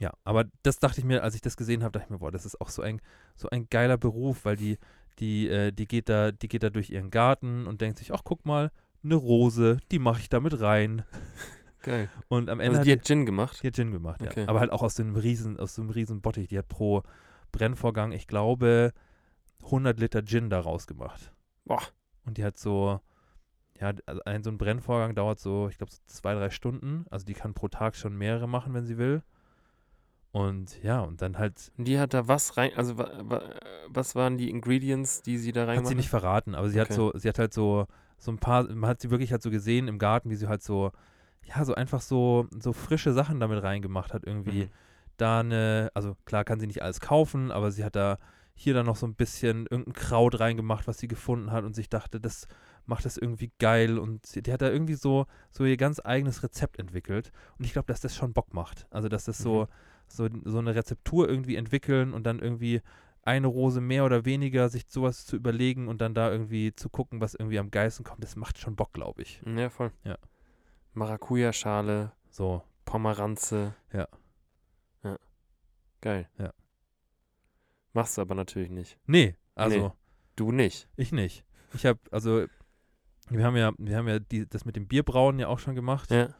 B: ja, aber das dachte ich mir, als ich das gesehen habe, dachte ich mir, boah, das ist auch so ein, so ein geiler Beruf, weil die, die, äh, die geht da, die geht da durch ihren Garten und denkt sich, ach, guck mal, eine Rose, die mache ich damit rein.
C: Geil.
B: Und am Ende
C: Also
B: hat
C: die hat Gin gemacht.
B: die hat Gin gemacht,
C: Okay.
B: ja. Aber halt auch aus so einem riesen, aus so einem riesen Bottich. Die hat pro Brennvorgang, ich glaube, 100 Liter Gin daraus gemacht.
C: Boah.
B: Und die hat so, ja, also ein so ein Brennvorgang dauert so, ich glaube, so zwei, drei Stunden. Also die kann pro Tag schon mehrere machen, wenn sie will. Und ja, und dann halt,
C: Und die hat da was rein, also wa, wa, was waren die Ingredients, die sie da
B: hat sie
C: reingemacht
B: nicht
C: hat?
B: verraten, aber sie hat
C: Okay.
B: so, sie hat halt so, so ein paar, man hat sie wirklich halt so gesehen im Garten, wie sie halt so, ja, so einfach so, so frische Sachen damit reingemacht hat irgendwie.
C: Mhm.
B: da eine, also klar kann sie nicht alles kaufen, aber sie hat da hier dann noch so ein bisschen irgendein Kraut reingemacht, was sie gefunden hat und sich dachte, das macht das irgendwie geil und sie, die hat da irgendwie so, so ihr ganz eigenes Rezept entwickelt und ich glaube, dass das schon Bock macht. Also, dass das so, so, so eine Rezeptur irgendwie entwickeln und dann irgendwie eine Rose mehr oder weniger, sich sowas zu überlegen und dann da irgendwie zu gucken, was irgendwie am Geisten kommt, das macht schon Bock, glaube ich.
C: Mhm. Ja, voll.
B: Ja.
C: Maracuja-Schale,
B: So,
C: Pomeranze.
B: Ja.
C: Ja. Geil.
B: Ja.
C: Machst du aber natürlich nicht.
B: nee, also.
C: Nee. Du nicht.
B: Ich nicht. Ich habe, also, wir haben ja, wir haben ja die, das mit dem Bierbrauen ja auch schon gemacht.
C: Ja.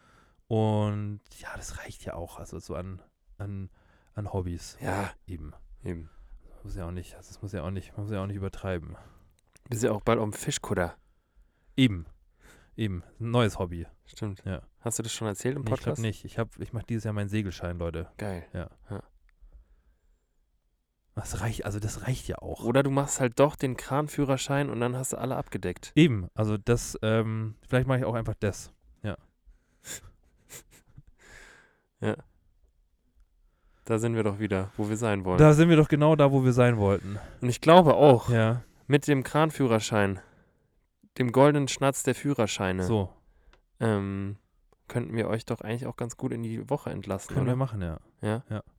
B: Und ja, das reicht ja auch. Also so an, an, an Hobbys
C: Ja,
B: eben.
C: eben.
B: Muss ja auch nicht, also das muss ja auch nicht, muss ja auch nicht übertreiben.
C: Bist ja auch bald auf dem Fischkutter.
B: Eben. Eben. Ein neues Hobby.
C: Stimmt.
B: Ja.
C: Hast du das schon erzählt im
B: Nee, ich glaube
C: Podcast?
B: nicht. Ich hab, ich mache dieses Jahr meinen Segelschein, Leute.
C: Geil.
B: Das reicht, also das reicht ja auch.
C: Oder du machst halt doch den Kranführerschein und dann hast du alle abgedeckt.
B: Eben, also das, ähm, vielleicht mache ich auch einfach das.
C: Da sind wir doch wieder, wo wir sein wollen.
B: Da sind wir doch genau da, wo wir sein wollten.
C: und ich glaube auch,
B: Ja,
C: mit dem Kranführerschein, dem goldenen Schnatz der Führerscheine,
B: so.
C: ähm, könnten wir euch doch eigentlich auch ganz gut in die Woche entlassen,
B: Können wir
C: oder?
B: machen, ja.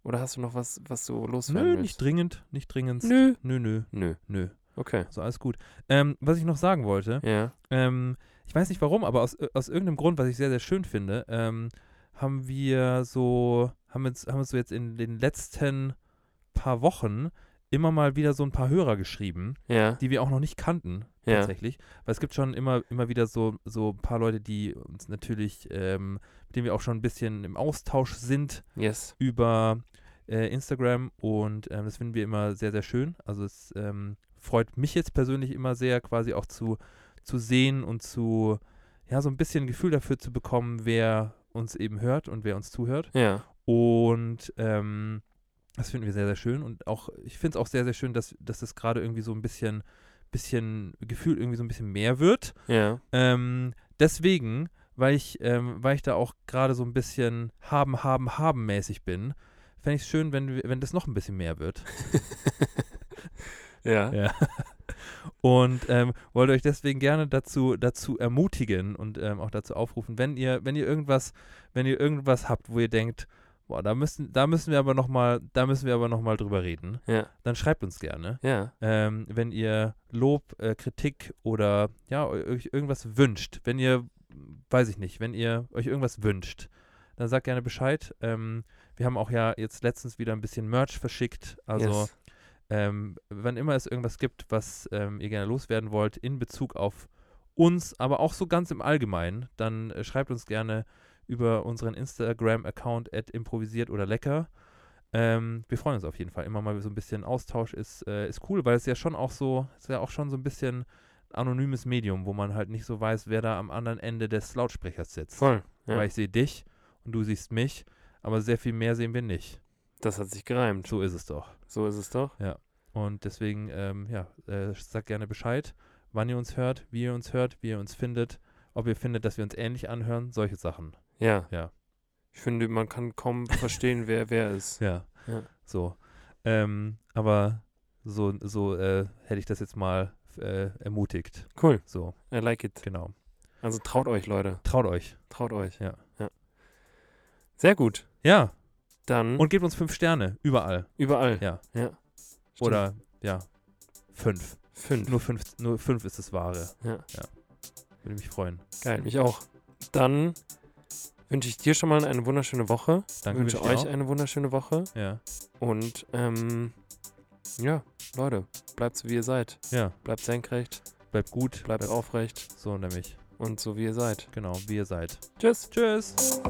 C: Oder hast du noch was, was du loswerden
B: Nö, nicht
C: willst?
B: dringend, nicht dringend.
C: Nö.
B: Nö, nö,
C: Nö.
B: nö.
C: Okay.
B: Also alles gut. Ähm, was ich noch sagen wollte,
C: Ja.
B: ähm, ich weiß nicht warum, aber aus, äh, aus irgendeinem Grund, was ich sehr, sehr schön finde, ähm, haben wir so, haben uns, haben uns so jetzt in den letzten paar Wochen immer mal wieder so ein paar Hörer geschrieben,
C: Ja.
B: die wir auch noch nicht kannten,
C: Ja.
B: tatsächlich. Weil es gibt schon immer, immer wieder so, so ein paar Leute, die uns natürlich, ähm, mit denen wir auch schon ein bisschen im Austausch sind,
C: Yes.
B: über äh, Instagram und ähm, das finden wir immer sehr, sehr schön. Also es ähm, freut mich jetzt persönlich immer sehr, quasi auch zu, zu sehen und zu, ja, so ein bisschen ein Gefühl dafür zu bekommen, wer uns eben hört und wer uns zuhört.
C: Ja.
B: Und ähm, das finden wir sehr, sehr schön. Und auch, ich finde es auch sehr, sehr schön, dass, dass das gerade irgendwie so ein bisschen, bisschen Gefühl irgendwie so ein bisschen mehr wird.
C: Ja.
B: Ähm, deswegen, weil ich, ähm, weil ich da auch gerade so ein bisschen haben, haben, haben mäßig bin, fände ich es schön, wenn, wir- wenn das noch ein bisschen mehr wird.
C: Ja.
B: Ja. Und ähm, wollte euch deswegen gerne dazu, dazu ermutigen und ähm, auch dazu aufrufen, wenn ihr, wenn ihr irgendwas, wenn ihr irgendwas habt, wo ihr denkt, boah, da müssen, da müssen wir aber nochmal, da müssen wir aber noch mal drüber reden,
C: Ja.
B: dann schreibt uns gerne.
C: Ja.
B: ähm, wenn ihr Lob, äh, Kritik oder ja, euch irgendwas wünscht, wenn ihr, weiß ich nicht, wenn ihr euch irgendwas wünscht, dann sagt gerne Bescheid. Ähm, wir haben auch ja jetzt letztens wieder ein bisschen Merch verschickt. Also
C: yes.
B: ähm, wann immer es irgendwas gibt, was ähm, ihr gerne loswerden wollt in Bezug auf uns, aber auch so ganz im Allgemeinen, dann äh, schreibt uns gerne über unseren Instagram-Account at improvisiert oder lecker. Ähm, wir freuen uns auf jeden Fall. Immer mal so ein bisschen Austausch ist, äh, ist cool, weil es ja schon auch so, ist ja auch schon so ein bisschen anonymes Medium, wo man halt nicht so weiß, wer da am anderen Ende des Lautsprechers sitzt.
C: Voll. Ja.
B: Weil ich sehe dich und du siehst mich, aber sehr viel mehr sehen wir nicht.
C: Das hat sich gereimt.
B: So ist es doch.
C: So ist es doch.
B: Und deswegen, ähm, ja, äh, sagt gerne Bescheid, wann ihr uns hört, wie ihr uns hört, wie ihr uns findet, ob ihr findet, dass wir uns ähnlich anhören, solche Sachen.
C: Ja.
B: Ja.
C: Ich finde, man kann kaum verstehen, wer wer ist.
B: Ja.
C: Ja.
B: So. Ähm, aber so, so äh, hätte ich das jetzt mal äh, ermutigt.
C: Cool.
B: So,
C: I like it.
B: genau.
C: Also traut euch, Leute.
B: Traut euch.
C: Traut euch.
B: Ja.
C: ja. Sehr gut.
B: Ja.
C: Dann
B: Und gebt uns fünf Sterne, überall.
C: überall.
B: Ja.
C: ja. Stimmt.
B: Oder, ja, fünf.
C: fünf.
B: Nur fünf, nur fünf ist das Wahre.
C: Ja.
B: Würde mich freuen.
C: Geil, mich auch. Dann wünsche ich dir schon mal eine wunderschöne Woche.
B: Danke
C: wünsche
B: wünsche ich
C: euch
B: dir
C: eine wunderschöne Woche.
B: auch. Ja,
C: Und ähm, ja, Leute, bleibt so wie ihr seid.
B: ja.
C: Bleibt senkrecht,
B: Bleibt gut.
C: bleibt aufrecht
B: So nämlich.
C: und so wie ihr seid.
B: Genau, wie ihr seid.
C: Tschüss.
B: Tschüss.